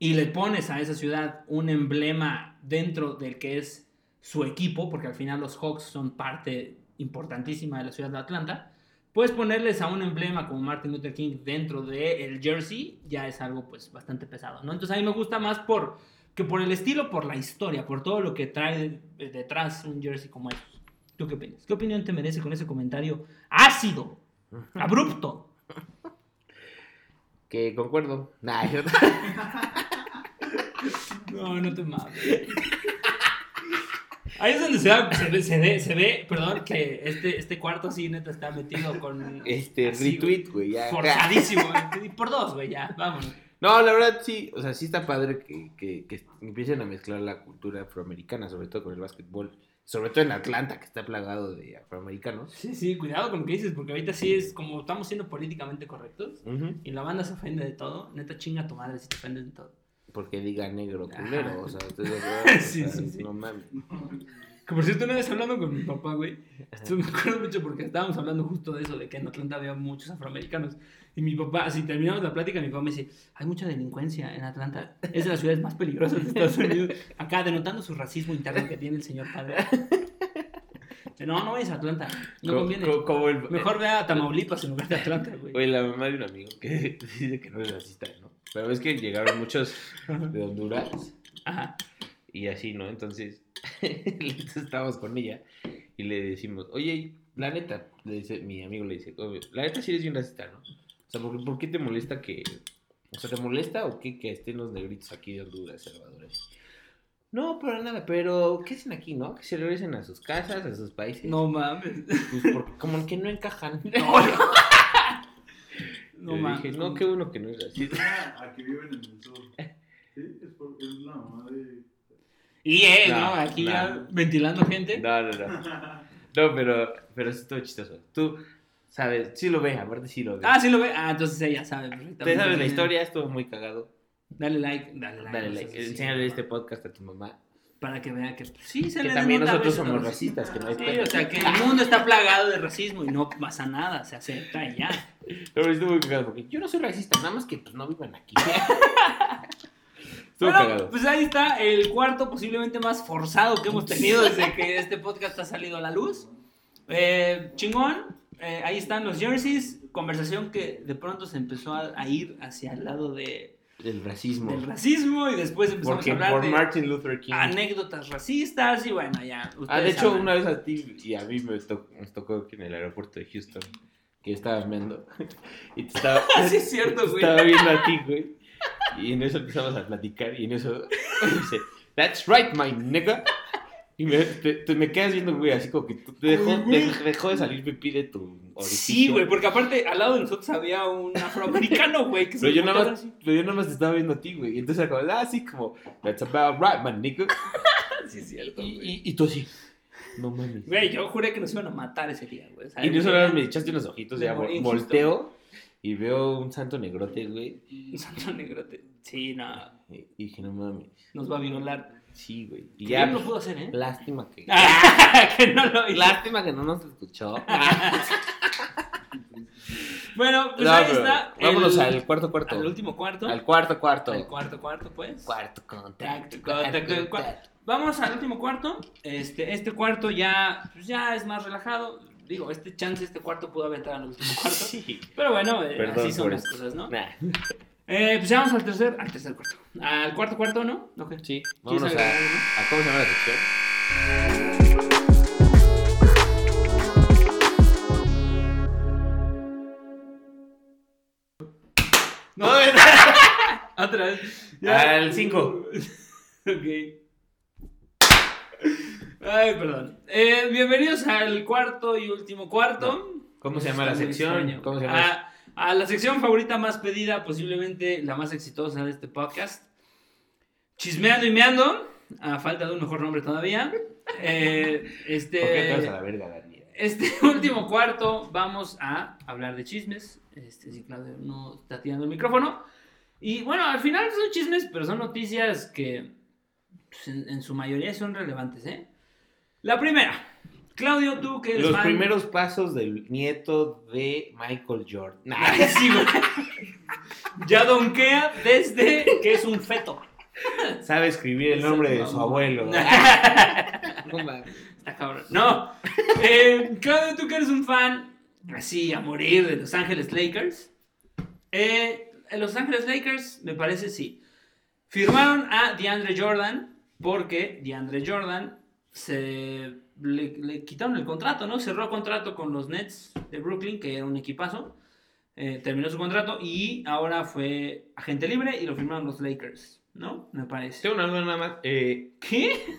A: y le pones a esa ciudad un emblema dentro del que es su equipo, porque al final los Hawks son parte importantísima de la ciudad de Atlanta, puedes ponerles a un emblema como Martin Luther King dentro del jersey, ya es algo pues bastante pesado, ¿no? Entonces a mí me gusta más por que por el estilo, por la historia, por todo lo que trae de- detrás un jersey como estos. ¿Tú qué opinas? ¿Qué opinión te merece con ese comentario ácido, abrupto?
C: Que concuerdo. Nah, yo-
A: No, no te mames. Ahí es donde se, da- se ve, se ve, se ve, perdón, que este, este cuarto sí neta está metido con...
C: Este,
A: así,
C: retweet, güey. ya.
A: Forzadísimo. güey. Por dos, güey, ya, vámonos.
C: No, la verdad sí, o sea, sí está padre que, que- que empiecen a mezclar la cultura afroamericana, sobre todo con el básquetbol, sobre todo en Atlanta, que está plagado de afroamericanos.
A: Sí, sí, cuidado con lo que dices, porque ahorita sí es como estamos siendo políticamente correctos y la banda se ofende de todo. Neta, chinga a tu madre si te ofendes de todo.
C: Porque diga negro
A: Ajá.
C: culero, o sea, ustedes o
A: Ah. Sí,
C: sea,
A: sí, sí.
C: no mames.
A: Que por cierto, una vez hablando con mi papá, güey, esto me acuerdo mucho porque estábamos hablando justo de eso, de que en Atlanta había muchos afroamericanos. Y mi papá, así terminamos la plática, mi papá me dice, hay mucha delincuencia en Atlanta, es de las ciudades más peligrosas de Estados Unidos. Acá, denotando su racismo interno que tiene el señor padre. No, no vayas a Atlanta, no
C: Co-
A: conviene.
C: co- como el-
A: Mejor ve a Tamaulipas en lugar de Atlanta, güey.
C: Oye, la mamá de un amigo que dice que no es racista, ¿no? Pero es que llegaron muchos de Honduras
A: Ajá.
C: y así, ¿no? Entonces, estábamos con ella y le decimos, oye, la neta, le dice, mi amigo le dice, "Oye, la neta sí eres bien racista, ¿no? O sea, ¿por, por qué te molesta que, o sea, te molesta o qué que estén los negritos aquí de Honduras, salvadores? No, para nada, pero ¿qué hacen aquí, no? Que se regresen a sus casas, a sus países.
A: No mames.
C: Pues porque, como que no encajan.
A: No, no.
C: No, dije, no, qué bueno que no es
B: Y
C: racista.
B: suena a que viven en el sur. Sí, es porque es la mamá de.
A: Y eh,
C: No,
A: no, aquí
C: no.
A: ya ventilando gente.
C: No, no, no. No, pero, pero sí estuvo chistoso. Tú sabes, sí lo ves, aparte sí lo ves.
A: Ah, sí lo ve. Ah, entonces ella sabe perfectamente.
C: Te sabes la historia, estuvo muy cagado.
A: Dale like, dale like.
C: Dale
A: no
C: like,
A: seas así,
C: enséñale
A: ¿no?
C: este podcast a tu mamá.
A: Para que vea que sí se
C: Que
A: le
C: también
A: denota a
C: nosotros
A: veces
C: somos
A: los-
C: racistas, que no hay
A: Sí,
C: pedo.
A: o sea, que el mundo está plagado de racismo y no pasa nada, se acepta y ya.
C: Pero estuvo muy cagado porque yo no soy racista, nada más que pues no vivan aquí. estuvo
A: Bueno,
C: cagado.
A: pues ahí está el cuarto posiblemente más forzado que hemos tenido desde que este podcast ha salido a la luz. Eh, chingón, eh, ahí están los jerseys, conversación que de pronto se empezó a, a ir hacia el lado de,
C: El racismo.
A: del racismo y después empezamos
C: porque
A: a hablar
C: por
A: de... Ah,
C: Martin Luther King.
A: anécdotas racistas y bueno, ya.
C: Ah,
A: ustedes
C: de hecho,
A: sabrán.
C: una vez a ti y a mí me to- nos tocó, aquí en el aeropuerto de Houston que estabas meando y te estaba,
A: Ah, sí, es cierto, güey.
C: estaba viendo a ti, güey. Y en eso empezamos a platicar y en eso dice, That's right, my nigga. Y me, te, te- me quedas viendo, güey, así como que tú- te dejó,
A: Ay, güey.
C: te dejó de salir pipí de tu orificio.
A: Sí, güey, porque aparte al lado de nosotros había un afroamericano, güey. que se
C: Pero yo, nada
A: volteaba
C: más,
A: así.
C: pero yo nada más te estaba viendo a ti, güey. Y entonces era como, ah, sí, como, that's about right, man, nigga.
A: Sí, es cierto,
C: Y,
A: güey.
C: y, y tú así, no mames.
A: Güey, yo juré que nos iban a matar ese día, güey. o sea,
C: Y en eso
A: güey,
C: me echaste unos ojitos,
A: Me
C: ya
A: morí,
C: vol-
A: insisto.
C: volteo y veo un santo negrote, güey.
A: un Santo Negrote. Sí, no,
C: Y y dije, no mames.
A: nos va a violar.
C: Sí, güey. Y
A: Ya
C: ya, pues,
A: no lo pudo hacer, ¿eh?
C: lástima que...
A: que no lo hizo.
C: Lástima que no nos escuchó.
A: Ah, Bueno, pues
C: No,
A: ahí
C: pero
A: está. el-
C: Vámonos al cuarto cuarto.
A: al último cuarto.
C: Al cuarto cuarto.
A: Al cuarto cuarto, pues.
C: Cuarto contacto.
A: Tacto, tacto, cua- Vamos al último cuarto. Este, este cuarto ya, pues, ya es más relajado. Digo, este chance, este cuarto pudo aventar al último cuarto.
C: Sí.
A: Pero bueno, eh,
C: Perdón
A: así son
C: por
A: las
C: esto.
A: cosas, ¿no?
C: Nah.
A: Eh, pues ya vamos al tercer, al tercer cuarto. Al cuarto cuarto, ¿no? Ok.
C: Sí.
A: ¿Quieres
C: Vámonos a,
A: agregar algo?
C: a cómo se llama la sección.
A: No. Otra vez. Ya.
C: Al 5.
A: Ok. Ay, perdón. Eh, bienvenidos al cuarto y último cuarto.
C: ¿Cómo se llama la
A: Está muy
C: sección?
A: extraño. Ah,
C: ¿Cómo se llama?
A: A, a la sección favorita más pedida, posiblemente la más exitosa de este podcast. Chismeando y meando, a falta de un mejor nombre todavía. Eh, este,
C: ¿Por qué te vas a la verga, Daniel?
A: este último cuarto vamos a hablar de chismes. Este, si Claudio no está tirando el micrófono. Y bueno, al final son chismes, pero son noticias que pues, en, en su mayoría son relevantes, ¿eh? La primera. Claudio, tú que eres
C: Los
A: fan-
C: primeros pasos del nieto de Michael Jordan. Nah.
A: Ay, sí, güey. Ya donquea desde que es un feto.
C: Sabe escribir el nombre de su abuelo. No mames.
A: Está cabrón. No. Eh, Claudio, tú que eres un fan así a morir de Los Ángeles Lakers. Eh, Los Ángeles Lakers, me parece, sí. Firmaron a DeAndre Jordan porque DeAndre Jordan se le, le quitaron el contrato, ¿no? Cerró contrato con los Nets de Brooklyn, que era un equipazo. Eh, terminó su contrato y ahora fue agente libre y lo firmaron los Lakers, ¿no? Me parece.
C: Tengo una duda nada más. Eh,
A: ¿Qué?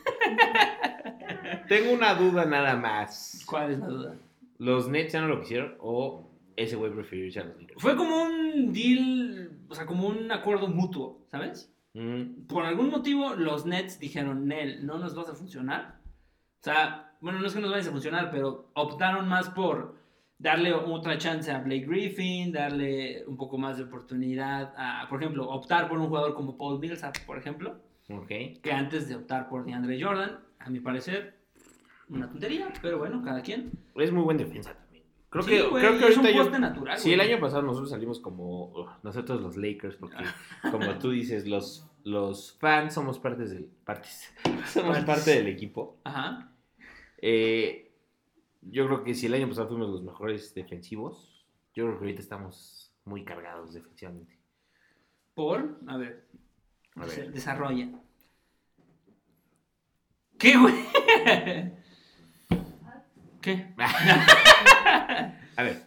C: tengo una duda nada más.
A: ¿Cuál es la duda?
C: ¿Los Nets ya no lo quisieron o ese güey prefirió irse a los Lakers?
A: Fue como un deal, o sea, como un acuerdo mutuo, ¿sabes?
C: Mm,
A: Por algún motivo los Nets dijeron, Nel, no nos vas a funcionar. O sea, bueno, no es que nos vayas a funcionar, pero optaron más por darle otra chance a Blake Griffin, darle un poco más de oportunidad a, por ejemplo, optar por un jugador como Paul Millsap, por ejemplo,
C: ok.
A: que antes de optar por DeAndre Jordan, a mi parecer, una tontería, pero bueno, cada quien.
C: Es muy buen defensa también. Creo
A: Sí,
C: que,
A: güey,
C: creo que
A: es
C: ahorita
A: un
C: yo-
A: poste natural.
C: Sí, el
A: güey.
C: año pasado nosotros salimos como ugh, nosotros los Lakers, porque como tú dices, los, los fans somos partes del, partes, somos
A: Partes.
C: parte del equipo.
A: Ajá.
C: Eh, yo creo que si el año pasado fuimos los mejores defensivos, yo creo que ahorita estamos muy cargados defensivamente.
A: Por, a ver.
C: A
A: Se
C: ver,
A: desarrolla. ¿Qué, güey? ¿Qué?
C: a ver.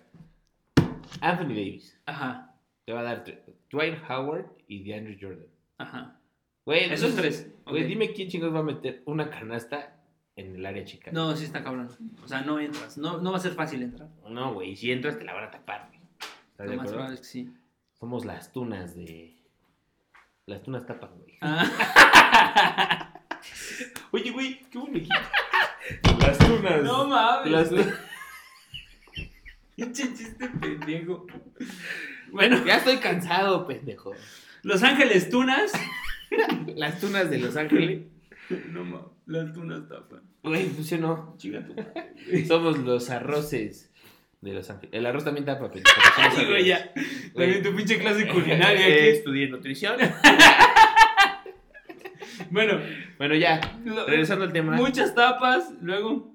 C: Anthony Davis
A: Ajá,
C: te va a dar tre- Dwight Howard y DeAndre Jordan.
A: ajá.
C: Güey,
A: Esos
C: entonces-
A: tres.
C: Güey,
A: ok.
C: dime quién chingados va a meter una canasta en el área chica.
A: No, sí está cabrón. O sea, no entras. No, no va a ser fácil entrar.
C: No, güey, si entras te la van a tapar, güey. ¿Estás
A: Lo
C: de
A: más
C: acuerdo?
A: probable es que sí.
C: Somos las tunas de. Las tunas tapan, güey.
A: Ah,
C: Oye, güey, qué buen equipo. las tunas.
A: no mames.
C: Las tunas.
A: Pinche chiste pendejo. Bueno,
C: Ya estoy cansado, pendejo.
A: Los Ángeles Tunas.
C: Las tunas de Los Ángeles.
A: No mames. Las Tunas tapan.
C: Güey, funcionó.
A: Chiga tu madre.
C: Somos los arroces de Los Ángeles. El arroz también tapa, pendejo. pero somos
A: Sí, güey,
C: arroces.
A: ya. También tu pinche clase culinaria
C: Eh,
A: aquí.
C: Estudié nutrición.
A: Bueno,
C: Bueno, ya.
A: lo-
C: Regresando al tema.
A: muchas tapas. Luego.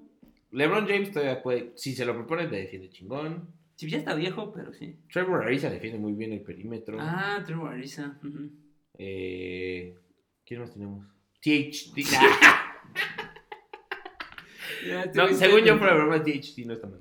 C: LeBron James todavía puede. Si se lo proponen, te defiende chingón.
A: Sí, ya está viejo, pero sí.
C: Trevor Ariza defiende muy bien el perímetro.
A: Ah, Trevor Ariza. ujú.
C: Eh, ¿Quién más tenemos? THT.
A: Ya,
C: Ah, no,
A: Trevor
C: según yo,
A: Ariza.
C: por el programa THT no está mal.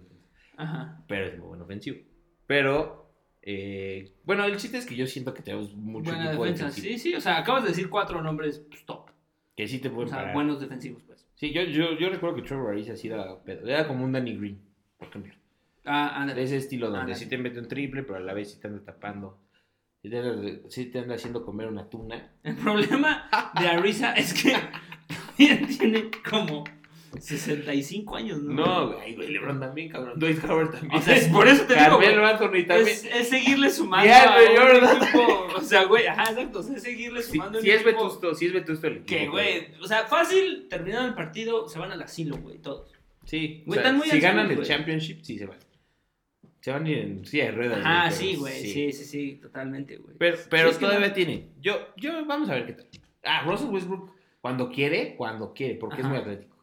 A: Ajá.
C: Pero es muy buen ofensivo. Pero, eh, bueno, el chiste es que yo siento que tenemos mucho
A: Buena
C: equipo
A: defensa.
C: defensivo.
A: Sí, sí, o sea, acabas de decir cuatro nombres pues, top.
C: Que sí te
A: O
C: pueden
A: sea,
C: parar.
A: buenos defensivos, pues.
C: Sí, yo, yo, yo recuerdo que Trevor Ariza sí era pedo. Era como un Danny Green, por ejemplo.
A: Ah,
C: De
A: ándale.
C: ese estilo donde
A: Ándale.
C: sí te mete un triple, pero a la vez sí te anda tapando. Sí te anda, sí te anda haciendo comer una tuna.
A: El problema de Arisa es que también tiene como 65 años, ¿no?
C: No, güey, güey, LeBron también, cabrón. Dwight Howard también.
A: O sea, es por eso te digo, güey.
C: Carmelo Anthony también.
A: Es, es seguirle sumando
C: Ya, güey,
A: a un
C: Jordan.
A: equipo. O sea, güey, ajá, exacto. o sea, es seguirle
C: Si,
A: sumando a un
C: es
A: equipo
C: vetusto, si es vetusto el equipo.
A: Que, güey, o sea, fácil, terminado el partido, se van al asilo, güey, todos.
C: Sí.
A: Güey,
C: o sea,
A: están muy
C: si ganan
A: ansiosos,
C: el
A: güey.
C: championship, sí se van. Se van en silla de ruedas.
A: Ah,
C: pero
A: sí, güey, sí, sí, sí, totalmente, güey.
C: Pero,
A: Sí,
C: pero
A: es que
C: todavía
A: no-
C: tiene. Yo, yo, vamos a ver qué tal. Ah, Russell Westbrook, cuando quiere, cuando quiere, porque
A: Ajá.
C: es muy atlético.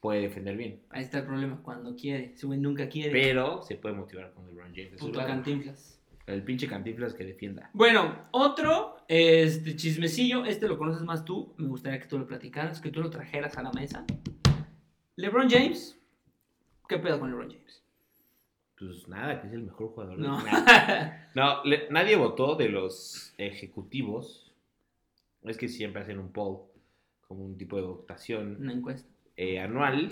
C: Puede defender bien.
A: Ahí está el problema, cuando quiere, ese güey nunca quiere.
C: Pero se puede motivar con LeBron James. de su
A: Puto
C: lado.
A: cantinflas.
C: El pinche Cantinflas que defienda.
A: Bueno, otro este chismecillo, este lo conoces más tú, me gustaría que tú lo platicaras, que tú lo trajeras a la mesa. LeBron James, ¿qué pedo con LeBron James?
C: Pues nada, que es el mejor jugador.
A: No.
C: Nada. No, le- nadie votó de los ejecutivos. Es que siempre hacen un poll, como un tipo de votación.
A: Una encuesta.
C: eh, anual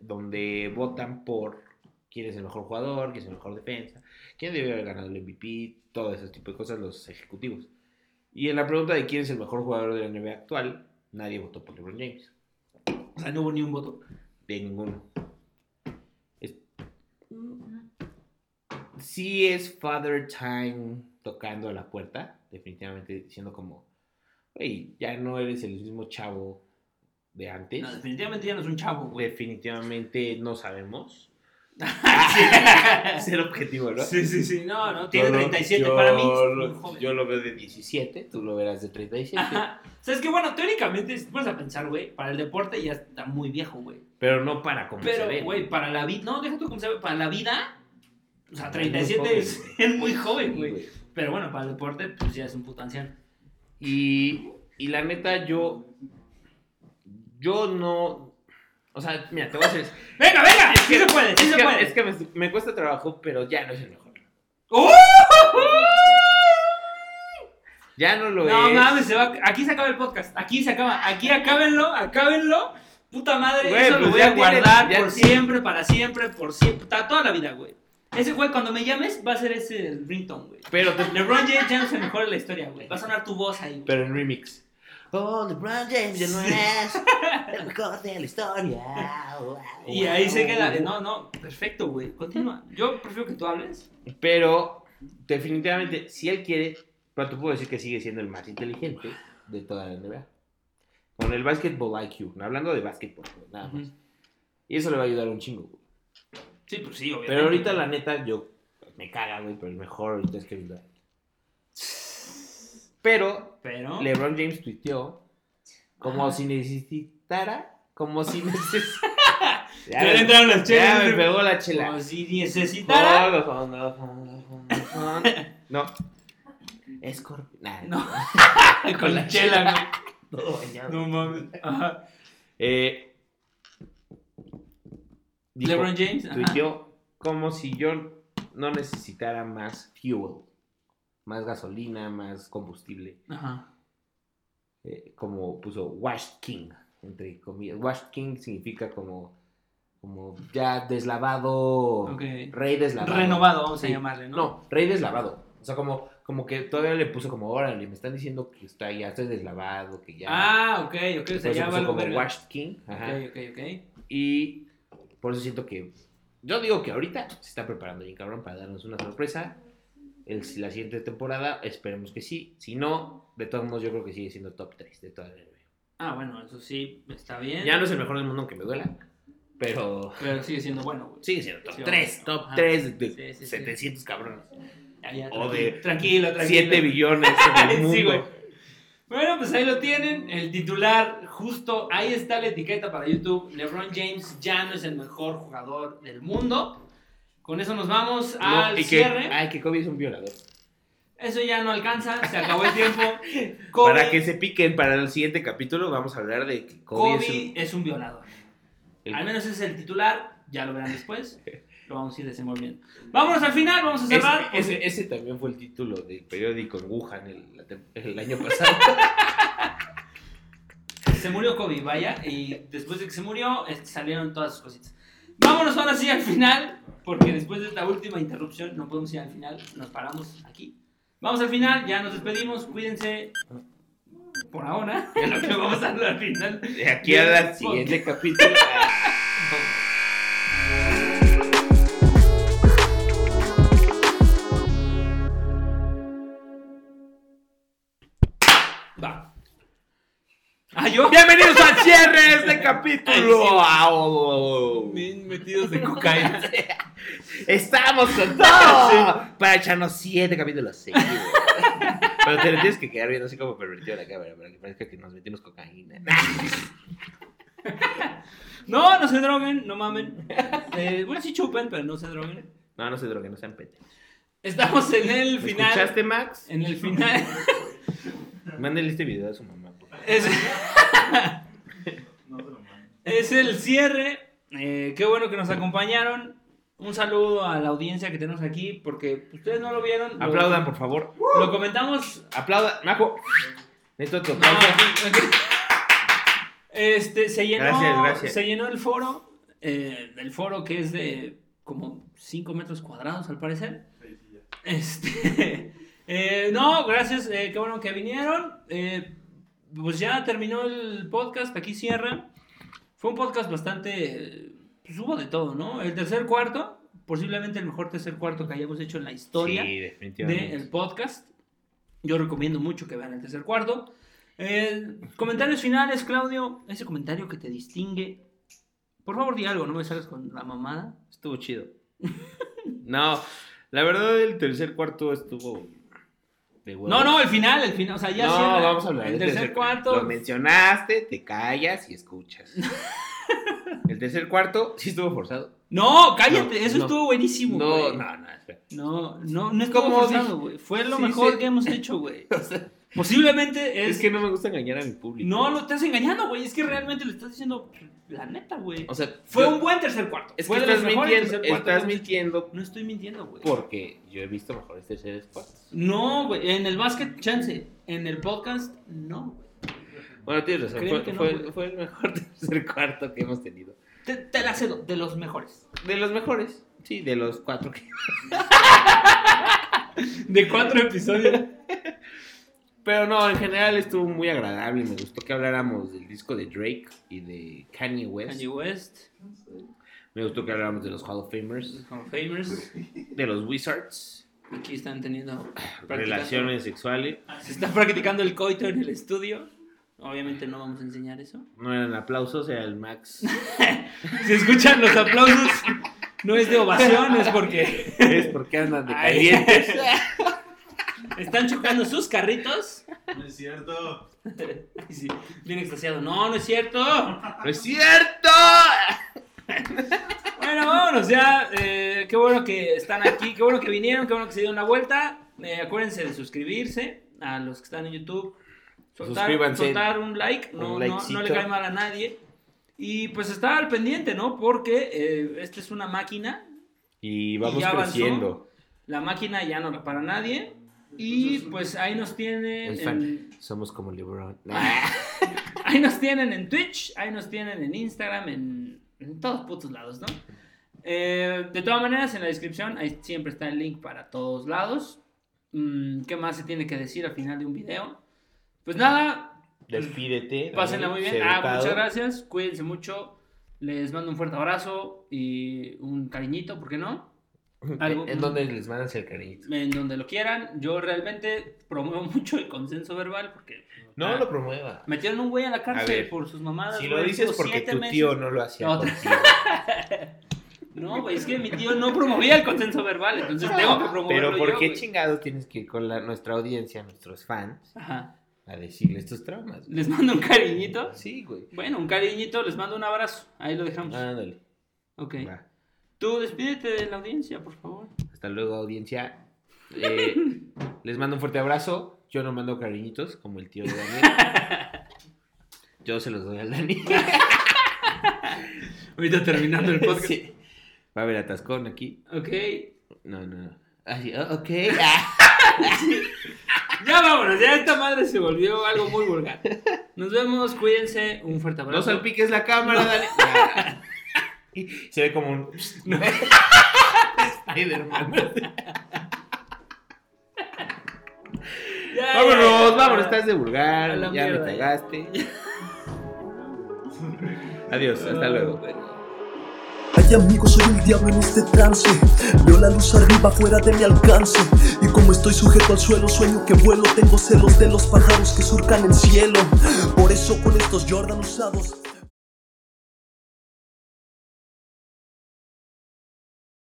C: donde votan por quién es el mejor jugador, quién es el mejor defensa, quién debe haber ganado el MVP, todo ese tipo de cosas los ejecutivos. Y en la pregunta de quién es el mejor jugador de la NBA actual, nadie votó por LeBron James,
A: O sea, no hubo ni un voto.
C: de ninguno. Es- Sí es Father Time tocando a la puerta, definitivamente diciendo como, hey, ya no eres el mismo chavo de antes.
A: No, definitivamente ya no es un chavo, güey.
C: Definitivamente no sabemos.
A: sí.
C: Ser objetivo, ¿no?
A: sí, sí, sí, no, no, tiene
C: Yo lo-
A: 37
C: yo
A: para mí. es un
C: lo-
A: joven.
C: Yo lo veo de 17, tú lo verás de 37.
A: Ajá. O sea, es que bueno, teóricamente, si te pones a pensar, güey, para el deporte ya está muy viejo, güey.
C: Pero no para como se ve.
A: Pero, güey, para la vida, no, deja tú como se ve, para la vida, o sea,
C: Muy
A: 37
C: joven,
A: es, es muy joven, güey. Pero bueno, para el deporte, pues ya es un puto anciano.
C: Y, y la neta, yo. Yo no. O sea, mira, te voy a hacer.
A: ¡Venga, venga! sí se puede, sí
C: es,
A: se
C: que,
A: puede.
C: es que me, me cuesta trabajo, pero ya no es el mejor.
A: ¡Uh!
C: Ya no lo
A: No
C: es.
A: mames, se va, aquí se acaba el podcast. Aquí se acaba, aquí acábenlo, acábenlo. Puta madre,
C: Güey,
A: eso lo
C: pues
A: voy
C: ya
A: a
C: tiene-
A: guardar
C: ya
A: por
C: tiene-
A: siempre, para siempre, por siempre, ta- toda la vida, güey. Ese güey, cuando me llames, va a ser ese el ringtone, güey.
C: Pero, te-
A: LeBron James ya no es el mejor de la historia, güey. Va a sonar tu voz ahí, güey.
C: pero en remix.
D: Oh, LeBron James ya no es el mejor de la historia.
A: Y ahí se queda. No, no, perfecto, güey. Continúa. Yo prefiero que tú hables.
C: Pero, definitivamente, si él quiere, pero te puedo decir que sigue siendo el más inteligente de toda la NBA. Con el basketball IQ, no, hablando de básquetbol, güey, nada más. Y eso le va a ayudar un chingo. güey.
A: Sí, pues sí, obviamente.
C: Pero ahorita, la neta, yo pues, me caga, güey, pero el mejor ahorita es Kevin Durant. Pero,
A: Pero.
C: LeBron James tuiteó como
A: Ajá.
C: si necesitara, como si necesitara.
A: Ya le entraron las chelas.
C: ya me pegó la chela.
A: Como si necesitara.
C: No. Escorpión. Nah,
A: No. Con la chela,
C: todo bañado.
A: güey. No mames. Ajá.
C: Eh, dijo-
A: LeBron James. ajá.
C: tuiteó como si yo no necesitara más fuel, más gasolina, más combustible.
A: Ajá.
C: Eh, como puso Wash King, entre comillas. Wash King significa como, como ya deslavado,
A: Ok.
C: rey deslavado.
A: Renovado, vamos a
C: Sí.
A: llamarle, ¿no?
C: No, rey deslavado. O sea, como, como que todavía le puso como, órale, me están diciendo que está, ya estoy deslavado, que ya...
A: Ah, ok, ok. O
C: Por
A: sea,
C: eso
A: ya va
C: puso
A: lo
C: como
A: verga.
C: Wash King. Ajá.
A: Ok, ok, ok.
C: Y por eso siento que. Yo digo que ahorita se está preparando bien, cabrón, para darnos una sorpresa. El, la siguiente temporada, esperemos que sí. Si no, de todos modos, yo creo que sigue siendo top 3 de toda la NBA.
A: Ah, bueno, eso sí, está bien.
C: Ya no es el mejor del mundo, aunque me duela. Pero
A: Pero sigue siendo bueno, güey.
C: sigue siendo top
A: Sí,
C: 3.
A: obvio.
C: Top
A: Ajá.
C: 3 de
A: Sí, sí, sí.
C: 700 cabrones.
A: Ya, ya,
C: O
A: tranquilo,
C: de
A: tranquilo, tranquilo.
C: 7 billones en el mundo.
A: Sí, güey. Bueno, pues ahí lo tienen, el titular justo, ahí está la etiqueta para YouTube. LeBron James ya no es el mejor jugador del mundo. Con eso nos vamos
C: No,
A: al
C: y que,
A: cierre.
C: ay, que Kobe es un violador.
A: Eso ya no alcanza, se acabó el tiempo. Kobe,
C: Para que se piquen para el siguiente capítulo, vamos a hablar de que Kobe,
A: Kobe
C: es un-
A: es un violador.
C: el-
A: Al menos ese es el titular, ya lo verán después. Lo vamos a ir desenvolviendo. Vámonos al final, vamos a
C: Ese,
A: cerrar.
C: ese- ese también fue el título del periódico en Wuhan el, la tem- el año pasado.
A: se murió Kobe, vaya, y después de que se murió este, salieron todas sus cositas. Vámonos ahora sí al final, porque después de esta última interrupción no podemos ir al final, nos paramos aquí. Vamos al final, ya nos despedimos, cuídense por ahora, en lo que vamos a hablar al final.
C: De aquí a la siguiente capítulo.
A: Va. Ah, yo.
C: Bienvenidos al cierre de este
A: Ay, sí.
C: capítulo. Au.
A: Bien metidos de cocaína.
C: Estamos con todo para echarnos siete capítulos seguidos. Pero te lo tienes que quedar viendo así como pervertido la cámara para que parezca que nos metimos cocaína.
A: No, no se droguen, no mamen. Eh, bueno, sí chupen, pero no se droguen.
C: No, no se droguen, no sean pete.
A: Estamos en el
C: ¿Me
A: final.
C: ¿Escuchaste, Max?
A: En el final.
C: Mándale este video a su mamá. por favor.
A: Es,
B: No se lo mando.
A: es el cierre. Eh, qué bueno que nos acompañaron. Un saludo a la audiencia que tenemos aquí, porque ustedes no lo vieron. lo-
C: Aplaudan, por favor.
A: Lo comentamos.
C: Aplaudan. Majo. Necesito tu
A: No, ok,
C: aplauso.
A: ok. Este, se llenó,
C: Gracias, gracias.
A: Se llenó el foro. eh, el foro que es de como 5 metros cuadrados, al parecer.
B: Sí, sí, ya.
A: Este, eh, no, gracias, eh, qué bueno que vinieron. Eh, pues ya terminó el podcast, aquí cierra. Fue un podcast bastante... eh, Pues hubo de todo, ¿no? El tercer cuarto, posiblemente el mejor tercer cuarto que hayamos hecho en la historia
C: Sí,
A: del
C: definitivamente.
A: podcast. Yo recomiendo mucho que vean el tercer cuarto. Eh, comentarios finales, Claudio, ese comentario que te distingue. Por favor, di algo, no me salgas con la mamada.
C: Estuvo chido. No, la verdad, el tercer cuarto estuvo. de huevo.
A: No, no, el final, el final, o sea, ya
C: no,
A: cierra.
C: vamos a hablar.
A: El
C: del
A: tercer, cuarto.
C: Lo mencionaste, te callas y escuchas. el tercer cuarto sí estuvo forzado.
A: No, cállate,
C: No,
A: eso
C: no.
A: estuvo buenísimo,
C: No,
A: güey.
C: no, no, espera.
A: no, no, no estuvo
C: Como
A: forzado,
C: dije-
A: güey. Fue lo
C: Sí,
A: mejor
C: sí.
A: que hemos hecho, güey. Posiblemente es,
C: Es que no me gusta engañar a mi público.
A: no lo estás engañando, güey. Es que realmente le estás diciendo la neta, güey.
C: O sea,
A: Fue
C: yo-
A: un buen tercer cuarto.
C: Es que
A: Fue de
C: estás
A: los mejores
C: mintiendo,
A: tercer cuarto que
C: estás
A: hemos-
C: mintiendo
A: No estoy mintiendo, güey.
C: porque yo he visto mejores terceros cuartos.
A: No, güey. En el básquet, chance. En el podcast, no. güey.
C: Bueno, tienes razón.
A: Créeme
C: Fue,
A: que no,
C: fue-
A: güey.
C: fue el mejor tercer cuarto que hemos tenido.
A: Te, te la cedo, de los mejores.
C: De los mejores. Sí, de los cuatro que.
A: De cuatro episodios.
C: Pero no, en general estuvo muy agradable. Me gustó que habláramos del disco de Drake y de Kanye West.
A: Kanye West,
C: Me gustó que habláramos de los Hall of Famers,
A: con Famers.
C: de los Wizards,
A: Aquí están teniendo
C: relaciones sexuales.
A: Se está practicando el coito en el estudio. Obviamente no vamos a enseñar eso.
C: No eran aplausos, era el Max.
A: Si escuchan los aplausos, no es de ovaciones porque
C: es porque andan de
A: Ay.
C: calientes.
A: están chocando sus carritos.
B: No es cierto.
A: Y sí, bien extasiado. No, no es cierto.
C: ¡No es cierto!
A: Bueno, vámonos ya. Eh, qué bueno que están aquí. Qué bueno que vinieron. Qué bueno que se dieron la vuelta. Eh, acuérdense de suscribirse a los que están en YouTube. Soltar,
C: Suscríbanse.
A: soltar un like. No,
C: Un
A: no- no
C: likecito.
A: le cae mal a nadie. Y pues estar al pendiente, ¿no? Porque eh, esta es una máquina
C: Y vamos
A: ya avanzó.
C: creciendo.
A: La máquina ya no la para nadie. Y pues ahí nos tienen.
C: El
A: En,
C: fan. Somos como LeBron.
A: ahí nos tienen en Twitch, ahí nos tienen en Instagram, en, en todos putos lados, ¿no? Eh, de todas maneras, en la descripción ahí siempre está el link para todos lados. Mm, ¿Qué más se tiene que decir al final de un video? Pues nada,
C: Despídete.
A: pásenla muy bien.
C: sé
A: Ah,
C: educado.
A: muchas gracias, cuídense mucho. Les mando un fuerte abrazo y un cariñito, ¿por qué no? Algo-
C: En donde les mandas el cariñito.
A: en donde lo quieran. Yo realmente promuevo mucho el consenso verbal porque
C: No lo promueva.
A: metieron un güey a la cárcel
C: A ver,
A: por sus mamadas.
C: Si lo
A: Ah. güey,
C: dices
A: estuvo
C: porque
A: siete
C: tu
A: meses.
C: tío no lo hacía
A: No,
C: contigo.
A: No, güey, es que mi tío no promovía el consenso verbal, entonces tengo que promoverlo
C: Pero ¿por
A: yo,
C: qué
A: güey.
C: chingados tienes que ir con la- nuestra audiencia, nuestros fans,
A: Ajá.
C: a decirles tus traumas? güey?
A: Les mando un cariñito.
C: Sí, güey.
A: Bueno, un cariñito, les mando un abrazo. Ahí lo dejamos.
C: Ándale.
A: ok.
C: Ah, va.
A: Tú despídete de la audiencia, por favor.
C: Hasta luego, audiencia. Eh, les mando un fuerte abrazo. Yo no mando cariñitos, como el tío de Daniel. Yo se los doy al Dani.
A: Ahorita terminando el podcast.
C: Sí. Va a haber atascón aquí.
A: Ok.
C: No, no, no. Ah, sí, ah, ok. Ah.
A: Ya vámonos, ya esta madre se volvió algo muy vulgar. Nos vemos, cuídense. Un fuerte
C: No
A: abrazo.
C: salpiques la cámara, dale. Se ve como un. Spider-Man.
A: Ya, ya,
C: Vámonos,
A: ya.
C: vámonos, estás de
A: A
C: vulgar,
A: la
C: ya me
A: mierda.
C: cagaste. Adiós, hasta luego.
E: Ay amigos, soy el diablo en este trance Veo la luz arriba fuera de mi alcance Y como estoy sujeto al suelo, sueño que vuelo Tengo celos de los pájaros que surcan el cielo Por eso con estos Jordan usados